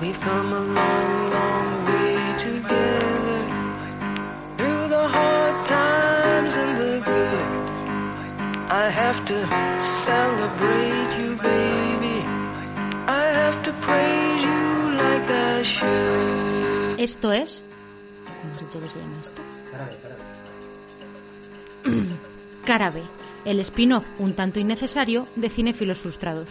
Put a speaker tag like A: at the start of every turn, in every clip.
A: We've come a long, long way together. Through the hard times and the good. I have to celebrate you, baby. I have to praise you like I should.
B: Esto es. ¿Cómo has dicho que se llama esto? Cara B, el spin-off un tanto innecesario de cinéfilos frustrados.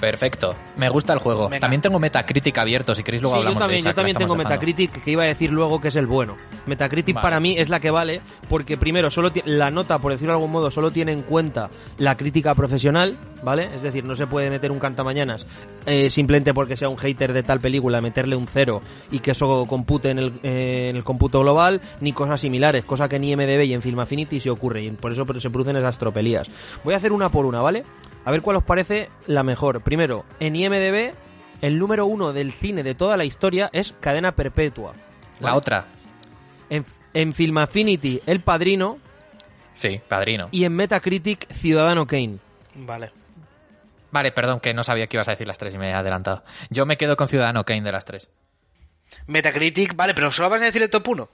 C: Perfecto. Me gusta el juego.
D: Venga.
C: También tengo Metacritic abierto, si queréis luego
D: Sí, yo
C: hablamos de
D: también,
C: esa, que
D: yo
C: la
D: también
C: estamos
D: tengo
C: dejando.
D: Metacritic, que iba a decir luego que es el bueno. Metacritic
C: Vale.
D: para mí es la que vale, porque primero, solo ti- la nota, por decirlo de algún modo, solo tiene en cuenta la crítica profesional, ¿vale? Es decir, no se puede meter un cantamañanas eh, simplemente porque sea un hater de tal película, meterle un cero y que eso compute en el, eh, en el cómputo global, ni cosas similares, cosa que en IMDB y en Film Affinity se ocurre, y por eso pero se producen esas tropelías. Voy a hacer una por una, ¿vale? A ver cuál os parece la mejor. Primero, en IMDB el número uno del cine de toda la historia es Cadena Perpetua.
C: La otra.
D: En, en Film Affinity, El Padrino.
C: Sí, padrino.
D: Y en Metacritic, Ciudadano Kane.
E: Vale.
C: Vale, perdón, que no sabía que ibas a decir las tres y me he adelantado. Yo me quedo con Ciudadano Kane de las tres.
E: Metacritic, vale, pero solo vas a decir el top 1.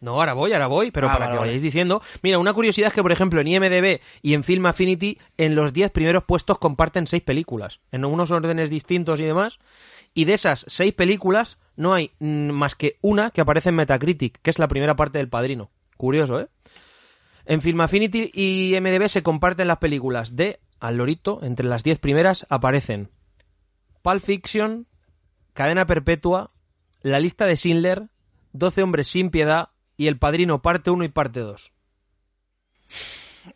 D: No, ahora voy, ahora voy, pero
E: Ah,
D: para
E: vale,
D: que
E: vale.
D: vayáis diciendo. Mira, una curiosidad es que, por ejemplo, en IMDb y en Film Affinity, en los 10 primeros puestos comparten seis películas, en unos órdenes distintos y demás. Y de esas seis películas, no hay mm, más que una que aparece en Metacritic, que es la primera parte del padrino. Curioso, ¿eh? En Film Affinity y IMDb se comparten las películas de Al Lorito, entre las 10 primeras aparecen Pulp Fiction, Cadena Perpetua, La Lista de Schindler, 12 Hombres sin Piedad y El Padrino parte 1 y parte 2.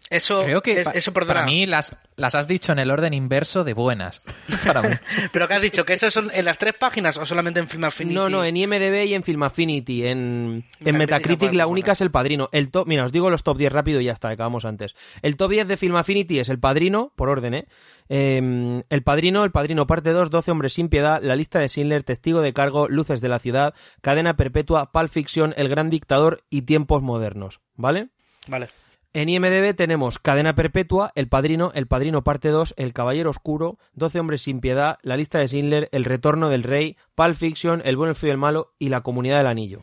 E: Eso,
C: Creo que
E: es-
C: pa-
E: eso
C: para
E: perdona.
C: mí las, las has dicho en el orden inverso de buenas. Para mí.
E: Pero que has dicho que eso son en las tres páginas o solamente en Film Affinity.
D: No, no, en IMDb y en Film Affinity, en, en
E: Metacritic no
D: Metacritic
E: puedes
D: la
E: poner.
D: única es El Padrino. El top, mira, os digo los top 10 rápido y ya está, acabamos antes. El top 10 de Film Affinity es El Padrino, por orden, ¿eh? Eh, el Padrino, El Padrino parte 2, 12 Hombres sin Piedad, La Lista de Schindler, Testigo de Cargo, Luces de la Ciudad, Cadena Perpetua, Pulp Fiction, El Gran Dictador y Tiempos Modernos, ¿vale?
E: Vale.
D: En IMDB tenemos Cadena Perpetua, El Padrino, El Padrino Parte 2, El Caballero Oscuro, 12 Hombres sin Piedad, La Lista de Schindler, El Retorno del Rey, Pulp Fiction, El Bueno, el Frío y el Malo y La Comunidad del Anillo.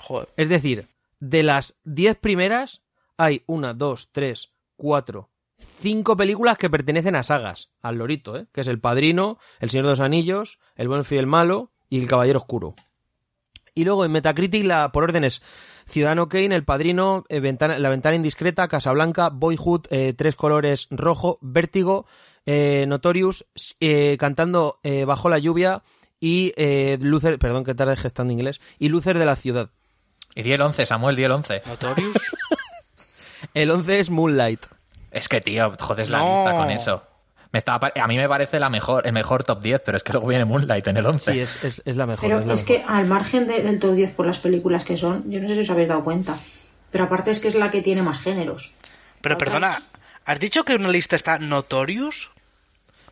E: Joder.
D: Es decir, de las 10 primeras hay una, dos, tres, cuatro, cinco películas que pertenecen a sagas, al lorito, ¿eh? que es El Padrino, El Señor de los Anillos, El Bueno, el Frío y el Malo y El Caballero Oscuro. Y luego en Metacritic la por órdenes Ciudadano Kane, El Padrino, eh, Ventana- La Ventana Indiscreta, Casablanca, Boyhood, eh, Tres Colores Rojo, Vértigo, eh, Notorious, eh, Cantando eh, Bajo la Lluvia y eh, Lucer, perdón que tarde gestando inglés, y Lucer de la Ciudad.
C: Y di el 11, Samuel, di el 11.
E: Notorious.
D: El 11 es Moonlight.
C: Es que, tío, jodes la
E: No.
C: lista con eso. Me estaba, pa- a mí me parece la mejor, el mejor top 10, pero es que luego viene Moonlight en el 11.
D: Sí, es, es- es la mejor.
F: Pero
D: es la
F: es
D: mejor.
F: que al margen de- del top 10 por las películas que son, yo no sé si os habéis dado cuenta, pero aparte es que es la que tiene más géneros.
E: Pero perdona, ¿has dicho que una lista está Notorious?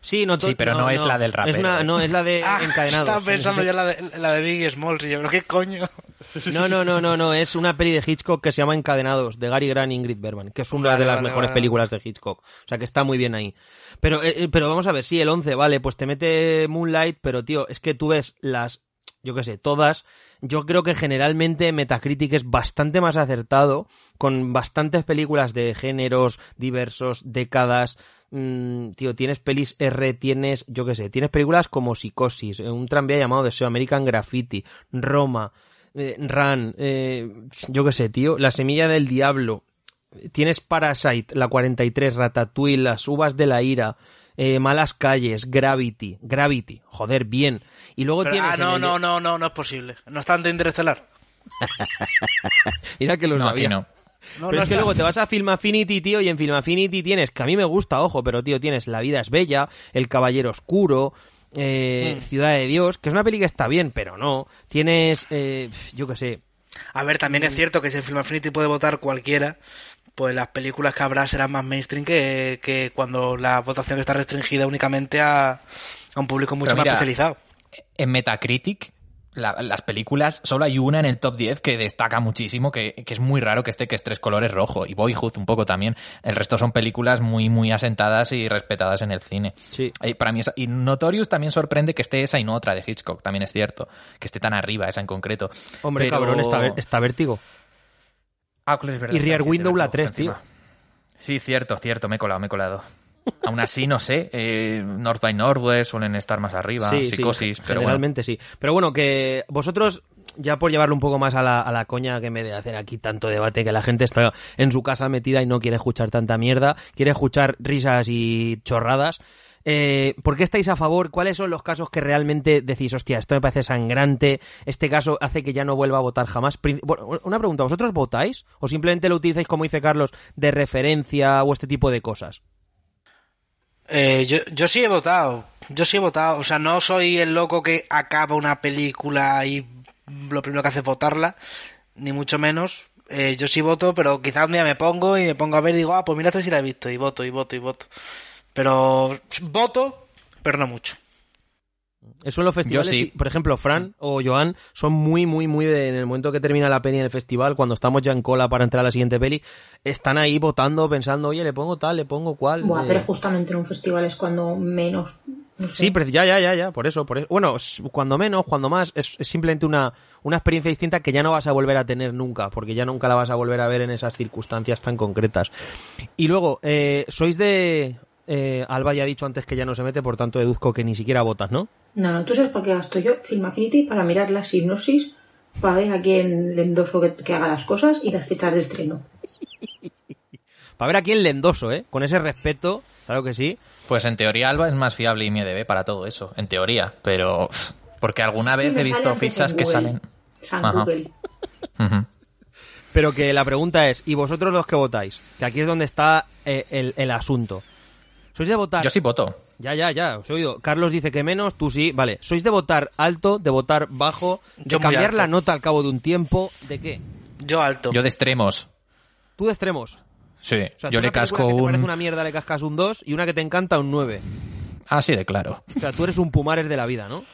D: Sí, no to-
C: Sí, pero no es la del rapero,
D: Es una-
C: ¿eh?
D: no, es la de
E: Ah,
D: Encadenados.
E: estaba pensando ya la de, la de Big Smalls y yo, pero qué coño.
D: No, no, no, no, no. Es una peli de Hitchcock que se llama Encadenados, de Gary Grant y Ingrid Bergman, que es una
E: Vale,
D: de las
E: vale,
D: mejores
E: vale.
D: películas de Hitchcock. O sea, que está muy bien ahí. Pero, eh, eh, pero vamos a ver, sí, el 11, vale, pues te mete Moonlight, pero tío, es que tú ves las, yo qué sé, todas, yo creo que generalmente Metacritic es bastante más acertado, con bastantes películas de géneros diversos, décadas. Mm, tío, tienes pelis R, tienes, yo qué sé, tienes películas como Psicosis, eh, un tranvía llamado Deseo, American Graffiti, Roma, eh, Run, eh, yo qué sé, tío, La Semilla del Diablo. Tienes Parasite, La 43, Ratatouille, Las Uvas de la Ira, eh, Malas Calles, Gravity, Gravity, joder, bien. Y luego
E: Pero-
D: tienes...
E: ah,
D: en
E: no,
D: el-
E: no, no, no, no es posible. No están de interestelar.
D: Mira que lo
C: No, aquí
D: sabía.
C: no.
E: No, no
D: pero es que
E: está.
D: luego te vas a Film Affinity, tío, y en Film Affinity tienes, que a mí me gusta, ojo, pero tío, tienes La vida es bella, El caballero oscuro, eh,
E: Hmm.
D: Ciudad de Dios, que es una peli que está bien, pero no. Tienes, eh, yo qué sé,
E: A ver, también es cierto que si en Film Affinity puede votar cualquiera, pues las películas que habrá serán más mainstream que, que cuando la votación está restringida únicamente a, a un público mucho
C: Pero
E: más
C: mira,
E: especializado.
C: En Metacritic, la- las películas, solo hay una en el top 10 que destaca muchísimo, que, que es muy raro que esté, que es Tres Colores Rojo y Boyhood un poco también. El resto son películas muy, muy asentadas y respetadas en el cine.
D: Sí.
C: Y para mí esa- y Notorious también sorprende que esté esa y no otra de Hitchcock, también es cierto. Que esté tan arriba, esa en concreto.
D: hombre,
C: Pero-
D: cabrón, está, ver- está vértigo.
C: Ah, claro, es verdad,
D: Y
C: está
D: Rear
C: el siete,
D: Window la
C: Vertigo,
D: tres,
C: encima.
D: tío.
C: Sí, cierto, cierto, me he colado, me he colado. Aún así, no sé, eh, North by Northwest suelen estar más arriba, psicosis, pero bueno.
D: generalmente sí. Pero bueno, que vosotros, ya por llevarlo un poco más a la, a la coña que me de hacer aquí tanto debate, que la gente está en su casa metida y no quiere escuchar tanta mierda, quiere escuchar risas y chorradas. eh, ¿Por qué estáis a favor? ¿Cuáles son los casos que realmente decís, hostia, esto me parece sangrante, este caso hace que ya no vuelva a votar jamás? Pri- bueno, una pregunta, ¿vosotros votáis o simplemente lo utilizáis, como dice Carlos, de referencia o este tipo de cosas?
E: Eh, yo, yo sí he votado. Yo sí he votado. O sea, no soy el loco que acaba una película y lo primero que hace es votarla, ni mucho menos. Eh, yo sí voto, pero quizás un día me pongo y me pongo a ver y digo, ah, pues mira, esta sí la he visto. Y voto, y voto, y voto. Pero voto, pero no mucho.
D: Eso en los festivales,
C: Yo sí. Mm.
D: sí. por ejemplo, Fran o Joan son muy, muy, muy de, en el momento que termina la peli en el festival, cuando estamos ya en cola para entrar a la siguiente peli, están ahí votando, pensando, oye, le pongo tal, le pongo cual.
F: Buah,
D: eh.
F: pero justamente en un festival es cuando menos. No sé.
D: Sí, pero ya, ya, ya, ya, por eso, por eso. Bueno, s- cuando menos, cuando más, es, es simplemente una, una experiencia distinta que ya no vas a volver a tener nunca, porque ya nunca la vas a volver a ver en esas circunstancias tan concretas. Y luego, eh, sois de... eh, Alba ya ha dicho antes que ya no se mete, por tanto deduzco que ni siquiera votas, ¿no?
F: No, no, tú sabes para qué gasto yo Film Affinity para mirar la sinopsis, para ver a quién le endoso que, que haga las cosas y las fechas de estreno.
D: Para ver a quién le endoso, ¿eh? Con ese respeto, claro que sí.
C: Pues en teoría Alba es más fiable IMDB para todo eso, en teoría, pero pff, porque alguna
F: Es que
C: vez
F: me
C: he
F: sale
C: visto
F: antes en
C: fichas que
F: Google.
C: salen.
F: O sea, en
C: Ajá.
F: Google.
C: Ujú.
D: Pero que la pregunta es, ¿y vosotros los que votáis? Que aquí es donde está eh, el, el asunto. ¿Sois de votar?
C: Yo sí voto.
D: Ya, ya, ya, os he oído. Carlos dice que menos, tú sí. Vale, ¿sois de votar alto, de votar bajo, de
E: Yo muy
D: cambiar
E: alto.
D: la nota al cabo de un tiempo? ¿De qué?
E: Yo alto.
C: Yo de extremos.
D: Tú de extremos.
C: Sí.
D: O sea, tú
C: Yo le
D: una película
C: casco
D: que te
C: un.
D: parece una mierda le cascas un 2 y una que te encanta un 9.
C: Así Ah, de claro.
D: O sea, tú eres un pumares de la vida, ¿no?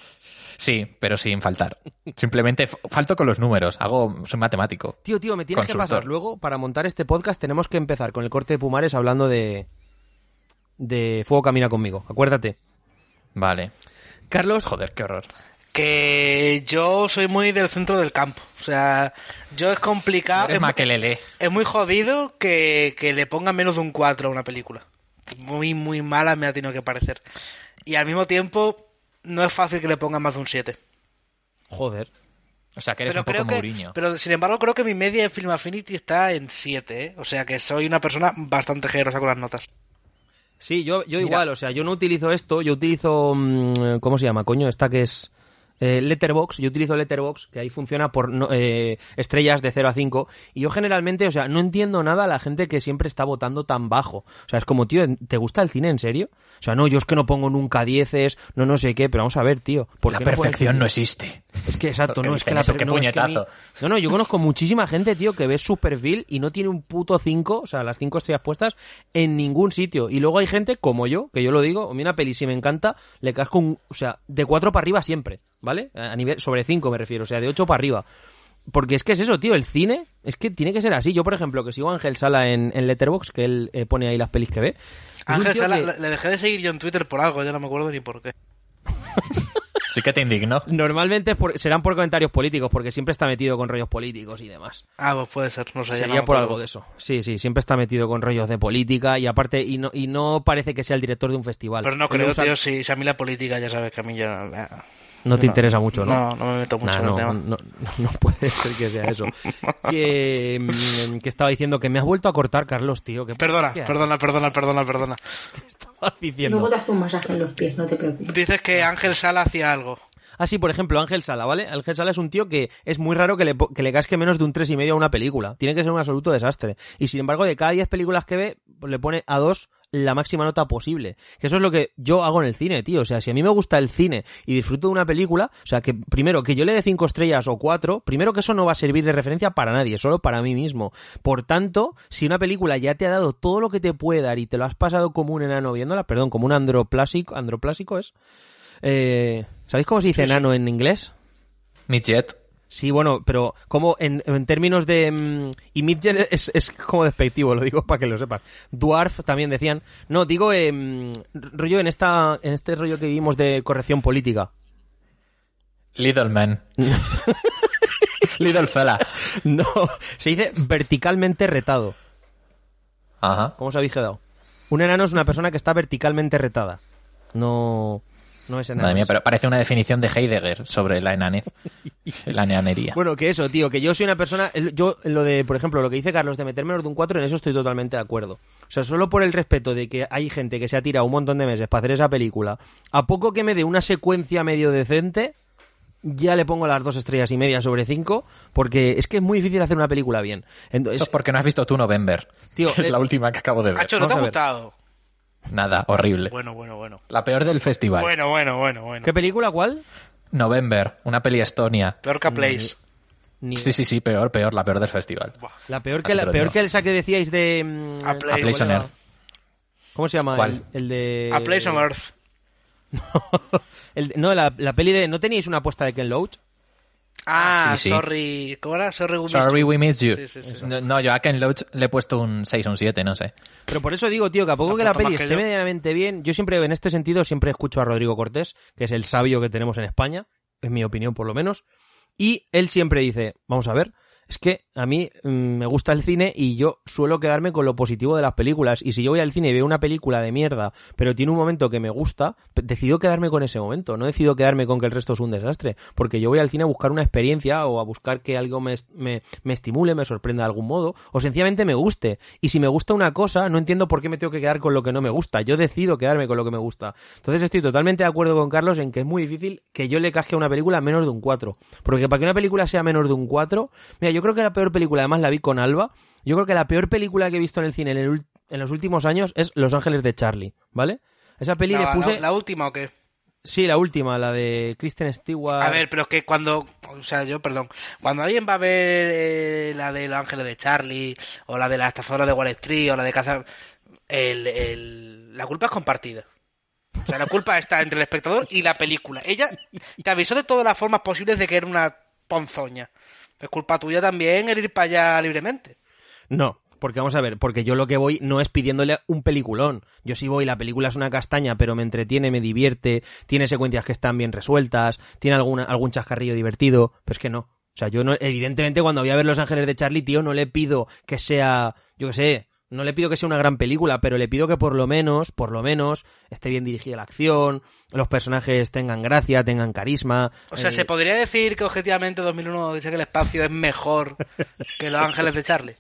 C: Sí, pero sin faltar. Simplemente f- falto con los números. Hago. Soy matemático.
D: Tío, tío, me tienes que
C: Consultor.
D: pasar. Luego, para montar este podcast, tenemos que empezar con el corte de Pumares hablando de. de Fuego Camina conmigo. Acuérdate.
C: Vale.
D: Carlos,
C: Joder, qué horror.
E: Que yo soy muy del centro del campo. O sea, yo es
D: Ah,
E: complicado.
C: Eres
E: es-
C: maquelele.
E: Es muy jodido que, que le pongan menos de un 4 a una película. Muy, muy mala me ha tenido que parecer. Y al mismo tiempo, no es fácil que le pongan más de un 7.
D: joder.
C: O sea, que eres
E: Pero,
C: un poco
E: creo que,
C: Mourinho.
E: pero sin embargo, creo que mi media en Film Affinity está en 7. ¿eh? O sea que soy una persona bastante generosa con las notas.
D: Sí, yo, yo igual, o sea, yo no utilizo esto, yo utilizo. mm, ¿Cómo se llama, coño? Esta que es. eh, Letterbox, yo utilizo Letterbox, que ahí funciona por no- eh, estrellas de 0 a 5. Y yo generalmente, o sea, no entiendo nada a la gente que siempre está votando tan bajo. O sea, es como, tío, ¿te gusta el cine en serio? O sea, no, yo es que no pongo nunca dieces, no, no sé qué, pero vamos a ver, tío. ¿por
C: La
D: qué no pones
C: perfección
D: diez?
C: no existe.
D: Es que exacto,
C: Porque
D: no, es que
C: dicen
D: la
C: eso,
D: per-
C: qué
D: no, es que a mí-
C: puñetazo.
D: No, no, yo conozco muchísima gente, tío, que ve su perfil y no tiene un puto 5, o sea, las 5 estrellas puestas en ningún sitio. Y luego hay gente como yo, que yo lo digo, a mí una peli si me encanta, le casco un, o sea, de 4 para arriba siempre, ¿vale? A nivel sobre 5 me refiero, o sea, de 8 para arriba. Porque es que es eso, tío, el cine es que tiene que ser así. Yo, por ejemplo, que sigo a Ángel Sala en, en Letterbox, que él eh, pone ahí las pelis que ve. es un
E: Ángel
D: tío
E: Sala,
D: que-
E: le- le dejé de seguir yo en Twitter por algo, ya no me acuerdo ni por qué.
C: Sí que te indignó.
D: Normalmente es por- serán por comentarios políticos, porque siempre está metido con rollos políticos y demás.
E: Ah, pues puede ser, no sé. ya no
D: Sería
E: me
D: por
E: acuerdo.
D: algo de eso. Sí, sí, siempre está metido con rollos de política y aparte, y no, y no parece que sea el director de un festival.
E: Pero no
D: Él
E: creo,
D: usa-
E: tío, si, si a mí la política ya sabes que a mí ya... ya-
D: No te interesa mucho, ¿no?
E: No, no me meto mucho
D: Nah,
E: en el tema.
D: no, no, no puede ser que sea eso. que, mm, que estaba diciendo que me has vuelto a cortar, Carlos, tío. que-
E: Perdona,
D: ¿qué
E: perdona, perdona, perdona, perdona.
D: estabas diciendo?
F: Luego te hace un masaje en los pies, no te preocupes.
E: Dices que Ángel Sala hacía algo.
D: Ah, sí, por ejemplo, Ángel Sala, ¿vale? Ángel Sala es un tío que es muy raro que le, po- que le casque menos de un tres y medio a una película. Tiene que ser un absoluto desastre. Y sin embargo, de cada 10 películas que ve, pues, le pone a dos la máxima nota posible. Que eso es lo que yo hago en el cine, tío. O sea, si a mí me gusta el cine y disfruto de una película, o sea, que primero, que yo le dé cinco estrellas o cuatro, primero que eso no va a servir de referencia para nadie, solo para mí mismo. Por tanto, si una película ya te ha dado todo lo que te puede dar y te lo has pasado como un enano viéndola, perdón, como un androplásico, androplásico es, eh, ¿Sabéis cómo se dice enano en inglés?
C: Midget.
D: Sí, bueno, pero como en, en términos de... mm, y midget es, es como despectivo, lo digo para que lo sepas. Dwarf también decían... No, digo eh, mm, rollo en, esta, en este rollo que vivimos de corrección política.
C: Little man. Little fella.
D: No, se dice verticalmente retado.
C: Ajá.
D: ¿Cómo os habéis quedado? Un enano es una persona que está verticalmente retada. No... No es enano.
C: Madre mía,
D: es-
C: pero parece una definición de Heidegger sobre la enanez. La enanería.
D: Bueno, que eso, tío, que yo soy una persona. el- Yo, lo de, por ejemplo, lo que dice Carlos de meter menos de un 4, en eso estoy totalmente de acuerdo. O sea, solo por el respeto de que hay gente que se ha tirado un montón de meses para hacer esa película, a poco que me dé una secuencia medio decente, ya le pongo las dos estrellas y media sobre cinco, porque es que es muy difícil hacer una película bien. Entonces,
C: Eso es porque no has visto tú November.
D: Tío,
C: que es
D: eh,
C: la última que acabo de ver.
E: Hacho, ¿no te ha
D: Vamos a ver.
E: gustado?
C: Nada, horrible.
E: Bueno, bueno, bueno.
C: La peor del festival.
E: Bueno, bueno, bueno, bueno.
D: ¿Qué película? ¿Cuál?
C: November, una peli estonia.
E: Peor que a Place.
D: Eh, Ni-
C: Sí, sí, sí, peor, peor, la peor del festival.
D: La peor
C: Así
D: que, la,
C: te lo
D: peor
C: digo.
D: que esa que decíais de. mm,
E: A Place
C: A Place on Earth.
D: ¿Cómo se llama?
C: ¿Cuál?
D: El, el de.
E: A Place on Earth.
D: El- no, la, la peli de. ¿No teníais una apuesta de Ken Loach?
E: Ah,
C: sí, sí.
E: sorry. ¿Cómo era? Sorry, we missed
C: Sorry
E: you.
C: we missed you.
E: Sí, sí, sí.
C: No, no, yo a Ken Loach le he puesto un 6 o un 7, no sé.
D: Pero por eso digo, tío, que a
E: La
D: poco que la
E: puta
D: peli
E: más que
D: esté
E: yo.
D: medianamente bien, yo siempre, en este sentido, siempre escucho a Rodrigo Cortés, que es el sabio que tenemos en España, en mi opinión por lo menos, y él siempre dice, vamos a ver, es que a mí mm, me gusta el cine y yo suelo quedarme con lo positivo de las películas, y si yo voy al cine y veo una película de mierda, pero tiene un momento que me gusta, pe- decido quedarme con ese momento, no decido quedarme con que el resto es un desastre, porque yo voy al cine a buscar una experiencia o a buscar que algo me, est- me, me estimule, me sorprenda de algún modo, o sencillamente me guste. Y si me gusta una cosa, no entiendo por qué me tengo que quedar con lo que no me gusta. Yo decido quedarme con lo que me gusta. Entonces estoy totalmente de acuerdo con Carlos en que es muy difícil que yo le casque a una película menos de un 4. Porque para que una película sea menos de un 4, mira, yo creo que la peor película, además la vi con Alba, yo creo que la peor película que he visto en el cine en, el ul- en los últimos años es Los Ángeles de Charlie, ¿vale? Esa peli
E: La,
D: le puse...
E: la- la última o qué?
D: Sí, la última, la de Kristen Stewart.
E: A ver, pero es que cuando, o sea, yo, perdón, cuando alguien va a ver eh, la de Los Ángeles de Charlie, o la de la estafadora de Wall Street, o la de Caza, el, el- la culpa es compartida. O sea, la culpa está entre el espectador y la película. Ella te avisó de todas las formas posibles de que era una ponzoña. Es culpa tuya también el ir para allá libremente.
D: No, porque vamos a ver, porque yo lo que voy no es pidiéndole un peliculón. Yo sí voy, la película es una castaña, pero me entretiene, me divierte, tiene secuencias que están bien resueltas, tiene alguna, algún chascarrillo divertido, pero es que no. O sea, yo no, evidentemente cuando voy a ver Los Ángeles de Charlie, tío, no le pido que sea, yo qué sé, no le pido que sea una gran película, pero le pido que por lo menos, por lo menos, esté bien dirigida la acción, los personajes tengan gracia, tengan carisma.
E: O sea,
D: eh,
E: ¿se podría decir que objetivamente 2001 dice que el espacio es mejor que Los Ángeles de Charlie?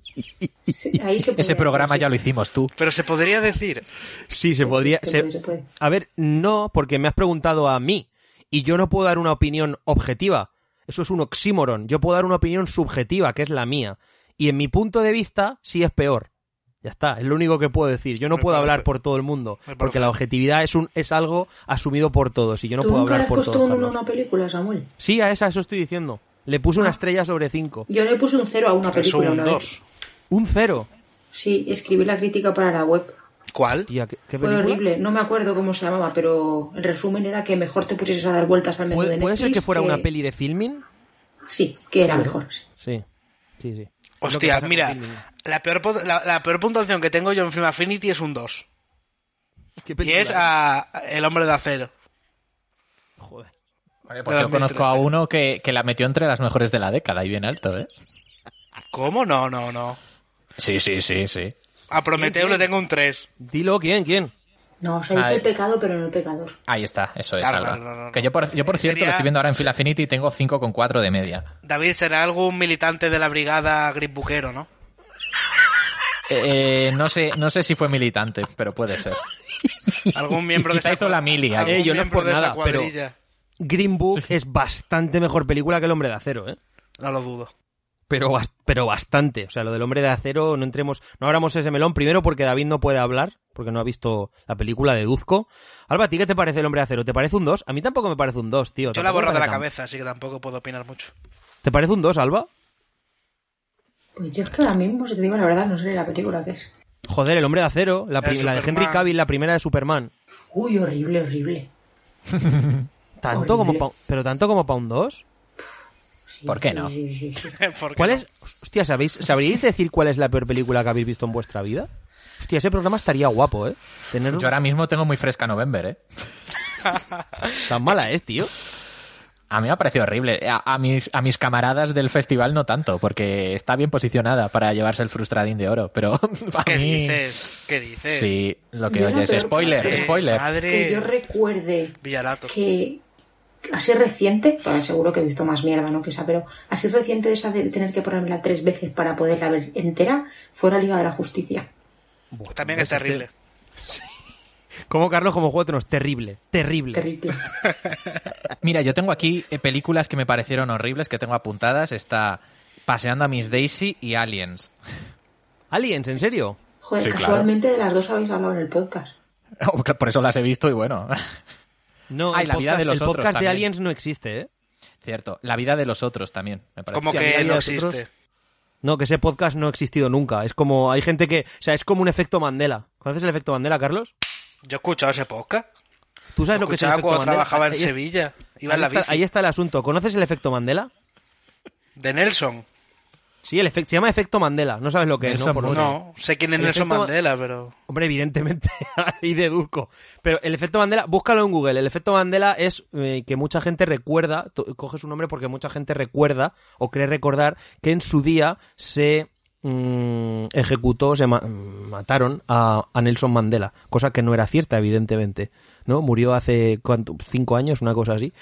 F: Sí, ahí se puede
C: Ese
F: hacer,
C: programa
F: sí.
C: ya lo hicimos tú.
E: Pero se podría decir...
D: Sí, se podría.
F: se
D: se-
F: puede, se puede.
D: A ver, no, porque me has preguntado a mí y yo no puedo dar una opinión objetiva. Eso es un oxímoron. Yo puedo dar una opinión subjetiva, que es la mía. Y en mi punto de vista, sí es peor. Ya está, es lo único que puedo decir. Yo no
E: Me
D: puedo
E: parece-
D: hablar por todo el mundo,
E: me parece-
D: porque la objetividad es, un, es algo asumido por todos y yo no
F: ¿Tú
D: puedo
F: nunca le
D: hablar
F: has
D: por
F: puesto
D: todos.
F: un uno Ah. a
D: Carlos.
F: una película, Samuel?
D: Sí, a esa, eso estoy diciendo. Le puse una estrella sobre cinco.
F: Yo le puse un cero a una
E: Eso
F: película
E: un
F: una vez.
E: dos.
D: Un cero.
F: Sí, escribí la crítica para la web.
E: ¿Cuál?
D: Tía, ¿qué, qué
F: Fue
D: película?
F: horrible, no me acuerdo cómo se llamaba, pero el resumen era que mejor te pusieses a dar vueltas al menú de
D: ¿Puede, puede
F: Netflix.
D: ser que fuera una peli de filming?
F: Sí, que era
D: Sí,
F: mejor. sí.
D: Sí, sí, sí. Es lo que
E: Hostia,
D: pasa con
E: mira,
D: filming.
E: la peor, po- la, la peor puntuación que tengo yo en Film Affinity es un 2.
D: ¿Qué
E: Y
D: película
E: es a El Hombre de Acero.
D: Joder.
C: Oye, pues
E: Te
C: yo
E: las
C: conozco
E: meto.
C: a uno que, que la metió entre las mejores de la década y bien alto, ¿eh?
E: ¿Cómo? No, no, no.
C: Sí, sí, sí, sí.
E: A Prometeo le tengo un 3.
D: Dilo, ¿quién? ¿Quién?
F: No, se dice
C: Ay.
F: el pecado, pero no el pecador.
C: Ahí está, eso es,
E: Claro,
C: Alba.
E: no, no, no.
C: Que yo, por, yo, por cierto,
E: Sería-
C: lo estoy viendo ahora en Fila Finiti y tengo 5,4 de media.
E: David, será algún militante de la brigada Buquero, ¿no?
C: Eh, no, sé, no sé si fue militante, pero puede ser.
E: Algún miembro de
C: Quizá
E: esa
C: hizo la mili ahí.
E: algún
D: Eh, yo no es
E: miembro
D: por
E: de esa
D: nada, pero-
E: cuadrilla.
D: Green Book es bastante mejor película que El Hombre de Acero, ¿eh?
E: No lo dudo.
D: Pero, bas- pero bastante. O sea, lo del Hombre de Acero, no entremos, no abramos ese melón. Primero porque David no puede hablar, porque no ha visto la película, deduzco. Alba, ¿a ti qué te parece El Hombre de Acero? ¿Te parece un 2? A mí tampoco me parece un 2, tío.
E: Yo la he
D: Tampoco me
E: borrado de la
D: parece tan-
E: cabeza, así que tampoco puedo opinar mucho.
D: ¿Te parece un 2, Alba?
F: Pues yo es que ahora mismo, si te digo la verdad, no sé la película que es.
D: Joder, El Hombre de Acero, la,
E: El
D: pri- la de
E: Superman.
D: Henry Cavill, la primera de Superman.
F: Uy, horrible, horrible.
D: Tanto como
F: Horrible.
D: pa- pero tanto como para un 2.
F: Sí,
C: ¿Por qué
F: sí,
C: no?
F: sí, sí, sí.
E: ¿Por qué
D: ¿Cuál
E: no?
D: es? Hostia, ¿sabéis, ¿sabríais decir cuál es la peor película que habéis visto en vuestra vida? Hostia, ese programa estaría guapo, ¿eh? Tener
C: Yo ahora mismo tengo muy fresca November, ¿eh?
D: tan mala es, tío.
C: A mí me ha parecido horrible. A, a mis, a mis camaradas del festival no tanto, porque está bien posicionada para llevarse el frustradín de oro, pero a
E: ¿Qué
C: mí-
E: dices? ¿Qué dices? Eh,
C: Sí, lo que
F: Yo la
C: oyes.
F: peor
C: Spoiler,
F: parte-
C: spoiler.
E: Madre.
F: Que yo recuerde
E: Villarato.
F: que así reciente, pues seguro que he visto más mierda, ¿no? Que esa, pero así reciente esa de tener que ponérmela tres veces para poderla ver entera, fue la Liga de la Justicia.
E: También es terrible.
D: Como Carlos, como Juego de Tronos, terrible, terrible.
F: Terrible.
C: Mira, yo tengo aquí eh, películas que me parecieron horribles, que tengo apuntadas. Está Paseando a Miss Daisy y Aliens.
D: Aliens, ¿en serio?
F: Joder,
C: Sí, claro.
F: casualmente de las dos habéis hablado en el podcast.
C: Por eso las he visto y bueno.
D: No,
C: Ah,
D: el
C: y la vida
D: podcast,
C: de los
D: el
C: otros
D: podcast de
C: también.
D: Aliens no existe, ¿eh?
C: Cierto. La vida de los otros también, me parece.
E: Como
D: que a mí
E: que
D: había
E: no
D: otros-
E: existe.
D: No, que ese podcast no ha existido nunca. Es como, hay gente que, o sea, es como un efecto Mandela. ¿Conoces el efecto Mandela, Carlos?
E: Yo he escuchado ese podcast.
D: ¿Tú sabes
E: Lo
D: lo que es el
E: escuchaba
D: efecto
E: cuando
D: Mandela?
E: trabajaba en
D: Ahí es-
E: Sevilla. Iba en la
D: ahí,
E: bici.
D: está, ahí está el asunto. ¿Conoces el efecto Mandela?
E: ¿De Nelson?
D: Sí, el efecto se llama efecto Mandela. No sabes lo que es,
C: Nelson
D: ¿no? Por-
C: Pues-
E: No, sé quién es
D: El
E: Nelson
D: efecto-
E: Mandela, pero...
D: Hombre, evidentemente, ahí deduzco. Pero el efecto Mandela, búscalo en Google. El efecto Mandela es eh, que mucha gente recuerda, to- coge su nombre porque mucha gente recuerda o cree recordar que en su día se mm, ejecutó, se ma- mm, mataron a, a Nelson Mandela. Cosa que no era cierta, evidentemente. ¿No? Murió hace ¿cuánto? cinco años, una cosa así.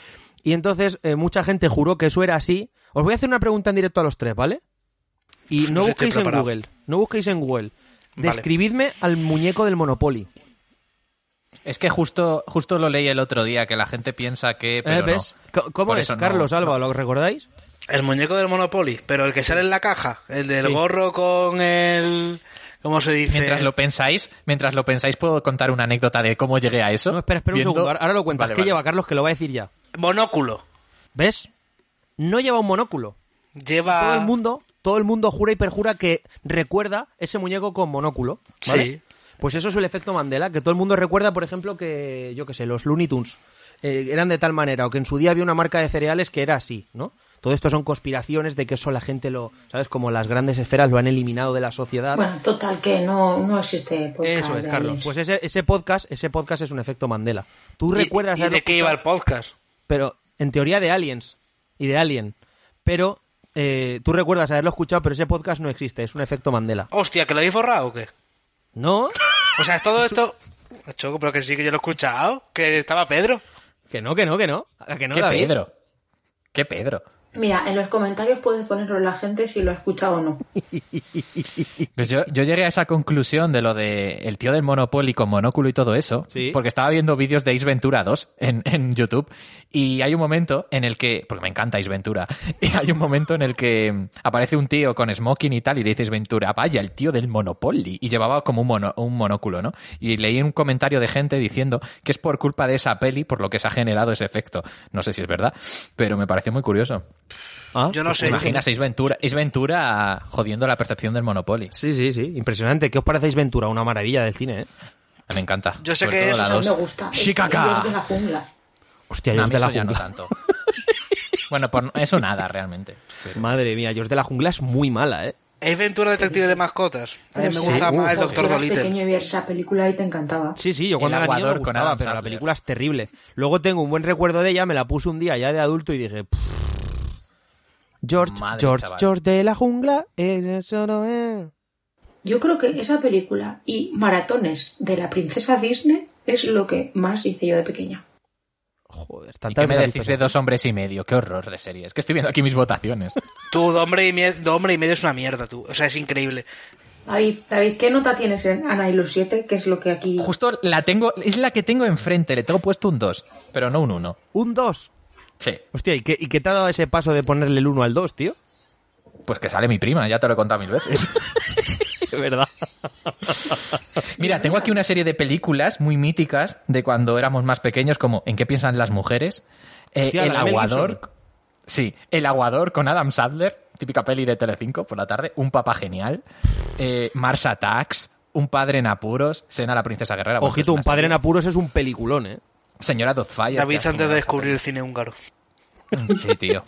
D: Y entonces eh, mucha gente juró que eso era así. Os voy a hacer una pregunta en directo a los tres, ¿vale? Y
E: No
D: no
E: sé,
D: busquéis
E: estoy
D: en
E: preparado.
D: Google. No busquéis en Google.
E: Vale.
D: Describidme al muñeco del Monopoly.
C: Es que justo, justo lo leí el otro día, que la gente piensa que...
D: Eh,
C: Pero
D: ¿Ves?
C: no.
D: Co- ¿Cómo
C: Por
D: es?
C: eso no-
D: Carlos Ah, Alba, ¿lo recordáis?
E: El muñeco del Monopoly, pero el que sale en la caja, el del
D: Sí.
E: gorro con el... ¿Cómo se dice?
C: Mientras lo pensáis, mientras lo pensáis, puedo contar una anécdota de cómo llegué a eso.
D: No, espera, espera un
C: Viendo-
D: segundo. Ahora- Ahora lo cuentas.
C: Vale,
D: ¿Qué
C: vale.
D: lleva Carlos? Que lo va a decir ya.
E: Monóculo.
D: ¿Ves? No lleva un monóculo.
C: Ah.
E: Lleva...
D: Todo el mundo, todo el mundo jura y perjura que recuerda ese muñeco con monóculo. ¿vale?
E: Sí.
D: Pues eso es el efecto Mandela, que todo el mundo recuerda, por ejemplo, que, yo qué sé, los Looney Tunes eh, eran de tal manera, o que en su día había una marca de cereales que era así, ¿no? Todo esto son conspiraciones de que eso la gente lo, ¿sabes? Como las grandes esferas lo han eliminado de la sociedad.
F: Bueno, total, que no, no existe podcast.
D: Eso es,
F: de
D: Carlos.
F: aliens.
D: Pues ese, ese podcast, ese podcast es un efecto Mandela. Tú
E: ¿Y-
D: recuerdas
E: ¿Y,
D: haberlo
E: de qué iba
D: escuchado,
E: el podcast?
D: pero en teoría de aliens y de alien, pero eh, tú recuerdas haberlo escuchado, pero ese podcast no existe, es un efecto Mandela.
E: Hostia, ¿que lo habéis borrado o qué?
D: No,
E: O sea, todo esto... Choco, pero que sí que yo lo he escuchado, que estaba Pedro.
D: que no, que no, que no. ¿A que no,
C: ¿Qué
D: David?
C: Pedro? ¿Qué Pedro?
F: Mira, en los comentarios puedes ponerlo la gente si lo ha escuchado o no.
C: Pues yo, yo llegué a esa conclusión de lo de el tío del Monopoly con monóculo y todo eso,
D: Sí.
C: porque estaba viendo vídeos de Ace Ventura 2 en, en YouTube y hay un momento en el que, porque me encanta Ace Ventura, y hay un momento en el que mm, aparece un tío con smoking y tal y le dice Ace Ventura, vaya, el tío del Monopoly, y llevaba como un, mono- un monóculo, ¿no? Y leí un comentario de gente diciendo que es por culpa de esa peli por lo que se ha generado ese efecto. No sé si es verdad, pero me pareció muy curioso.
D: Ah,
E: Yo no sé.
C: Imaginas Ace Ventura, Ace Ventura ah, jodiendo la percepción del Monopoly.
D: Sí, sí, sí, impresionante. ¿Qué os parecéis Ventura? Una maravilla del cine, ¿eh?
C: Me encanta.
E: Yo sé
C: Sobre
E: que
C: todo
E: es-
C: la
F: A mí
C: dos.
F: me gusta. Es
C: Shikaka.
F: el dios de la jungla.
D: Hostia,
C: No, a mí
D: George de la
C: eso ya no
D: Jungla.
C: tanto. Bueno, por eso nada realmente. Pero-
D: Madre mía, George de la Jungla es muy mala, ¿eh?
E: ¿Es Ventura Detective de Mascotas? A mí me
F: Pero sí,
E: gusta
D: sí, uh,
E: más el
F: cuando
E: Doctor
F: eras
E: Dolittle.
F: pequeño y veías esa película y te encantaba.
D: Sí, sí, yo
C: El
D: cuando era niño me
C: aguador con
D: gustaba,
C: Adam
D: pero la
C: Sandler.
D: película es terrible. Luego tengo un buen recuerdo de ella, me la puse un día ya de adulto y dije... "Pff". George,
C: Madre,
D: George,
C: chaval.
D: George de la jungla, eh, eso no es...
F: Yo creo que esa película y maratones de la princesa Disney es lo que más hice yo de pequeña.
D: Joder,
C: ¿Y
D: tantas
C: qué me
D: veces
C: decís
D: la
C: de dos hombres y medio? Qué horror de serie. Es que estoy viendo aquí mis votaciones.
E: Tú, de hombre, y mie- de hombre y medio es una mierda, tú. O sea, es increíble.
F: David, David, ¿qué nota tienes en Ana y los siete? Que es lo que aquí...
C: Justo la tengo, es la que tengo enfrente, le tengo puesto un 2, pero no un 1.
D: Un 2.
C: Sí,
D: Hostia, ¿y qué, ¿y qué te ha dado ese paso de ponerle el 1 al 2, tío?
C: pues que sale mi prima, ya te lo he contado mil veces.
D: Es verdad.
C: Mira, tengo aquí una serie de películas muy míticas de cuando éramos más pequeños, como ¿En qué piensan las mujeres? Eh,
D: Hostia,
C: el
D: la de Mel
C: aguador.
D: Gibson.
C: Sí, El aguador con Adam Sandler, típica peli de Telecinco por la tarde, Un papá genial, eh, Mars Attacks, Un padre en apuros, Sena la princesa guerrera. bueno,
D: Ojito,
C: es una
D: un padre en
C: serie.
D: apuros es un peliculón, ¿eh?
C: Señora Dothfire. que
E: David
C: hace
E: antes de
C: una-
E: descubrir el cine húngaro.
C: Sí, tío.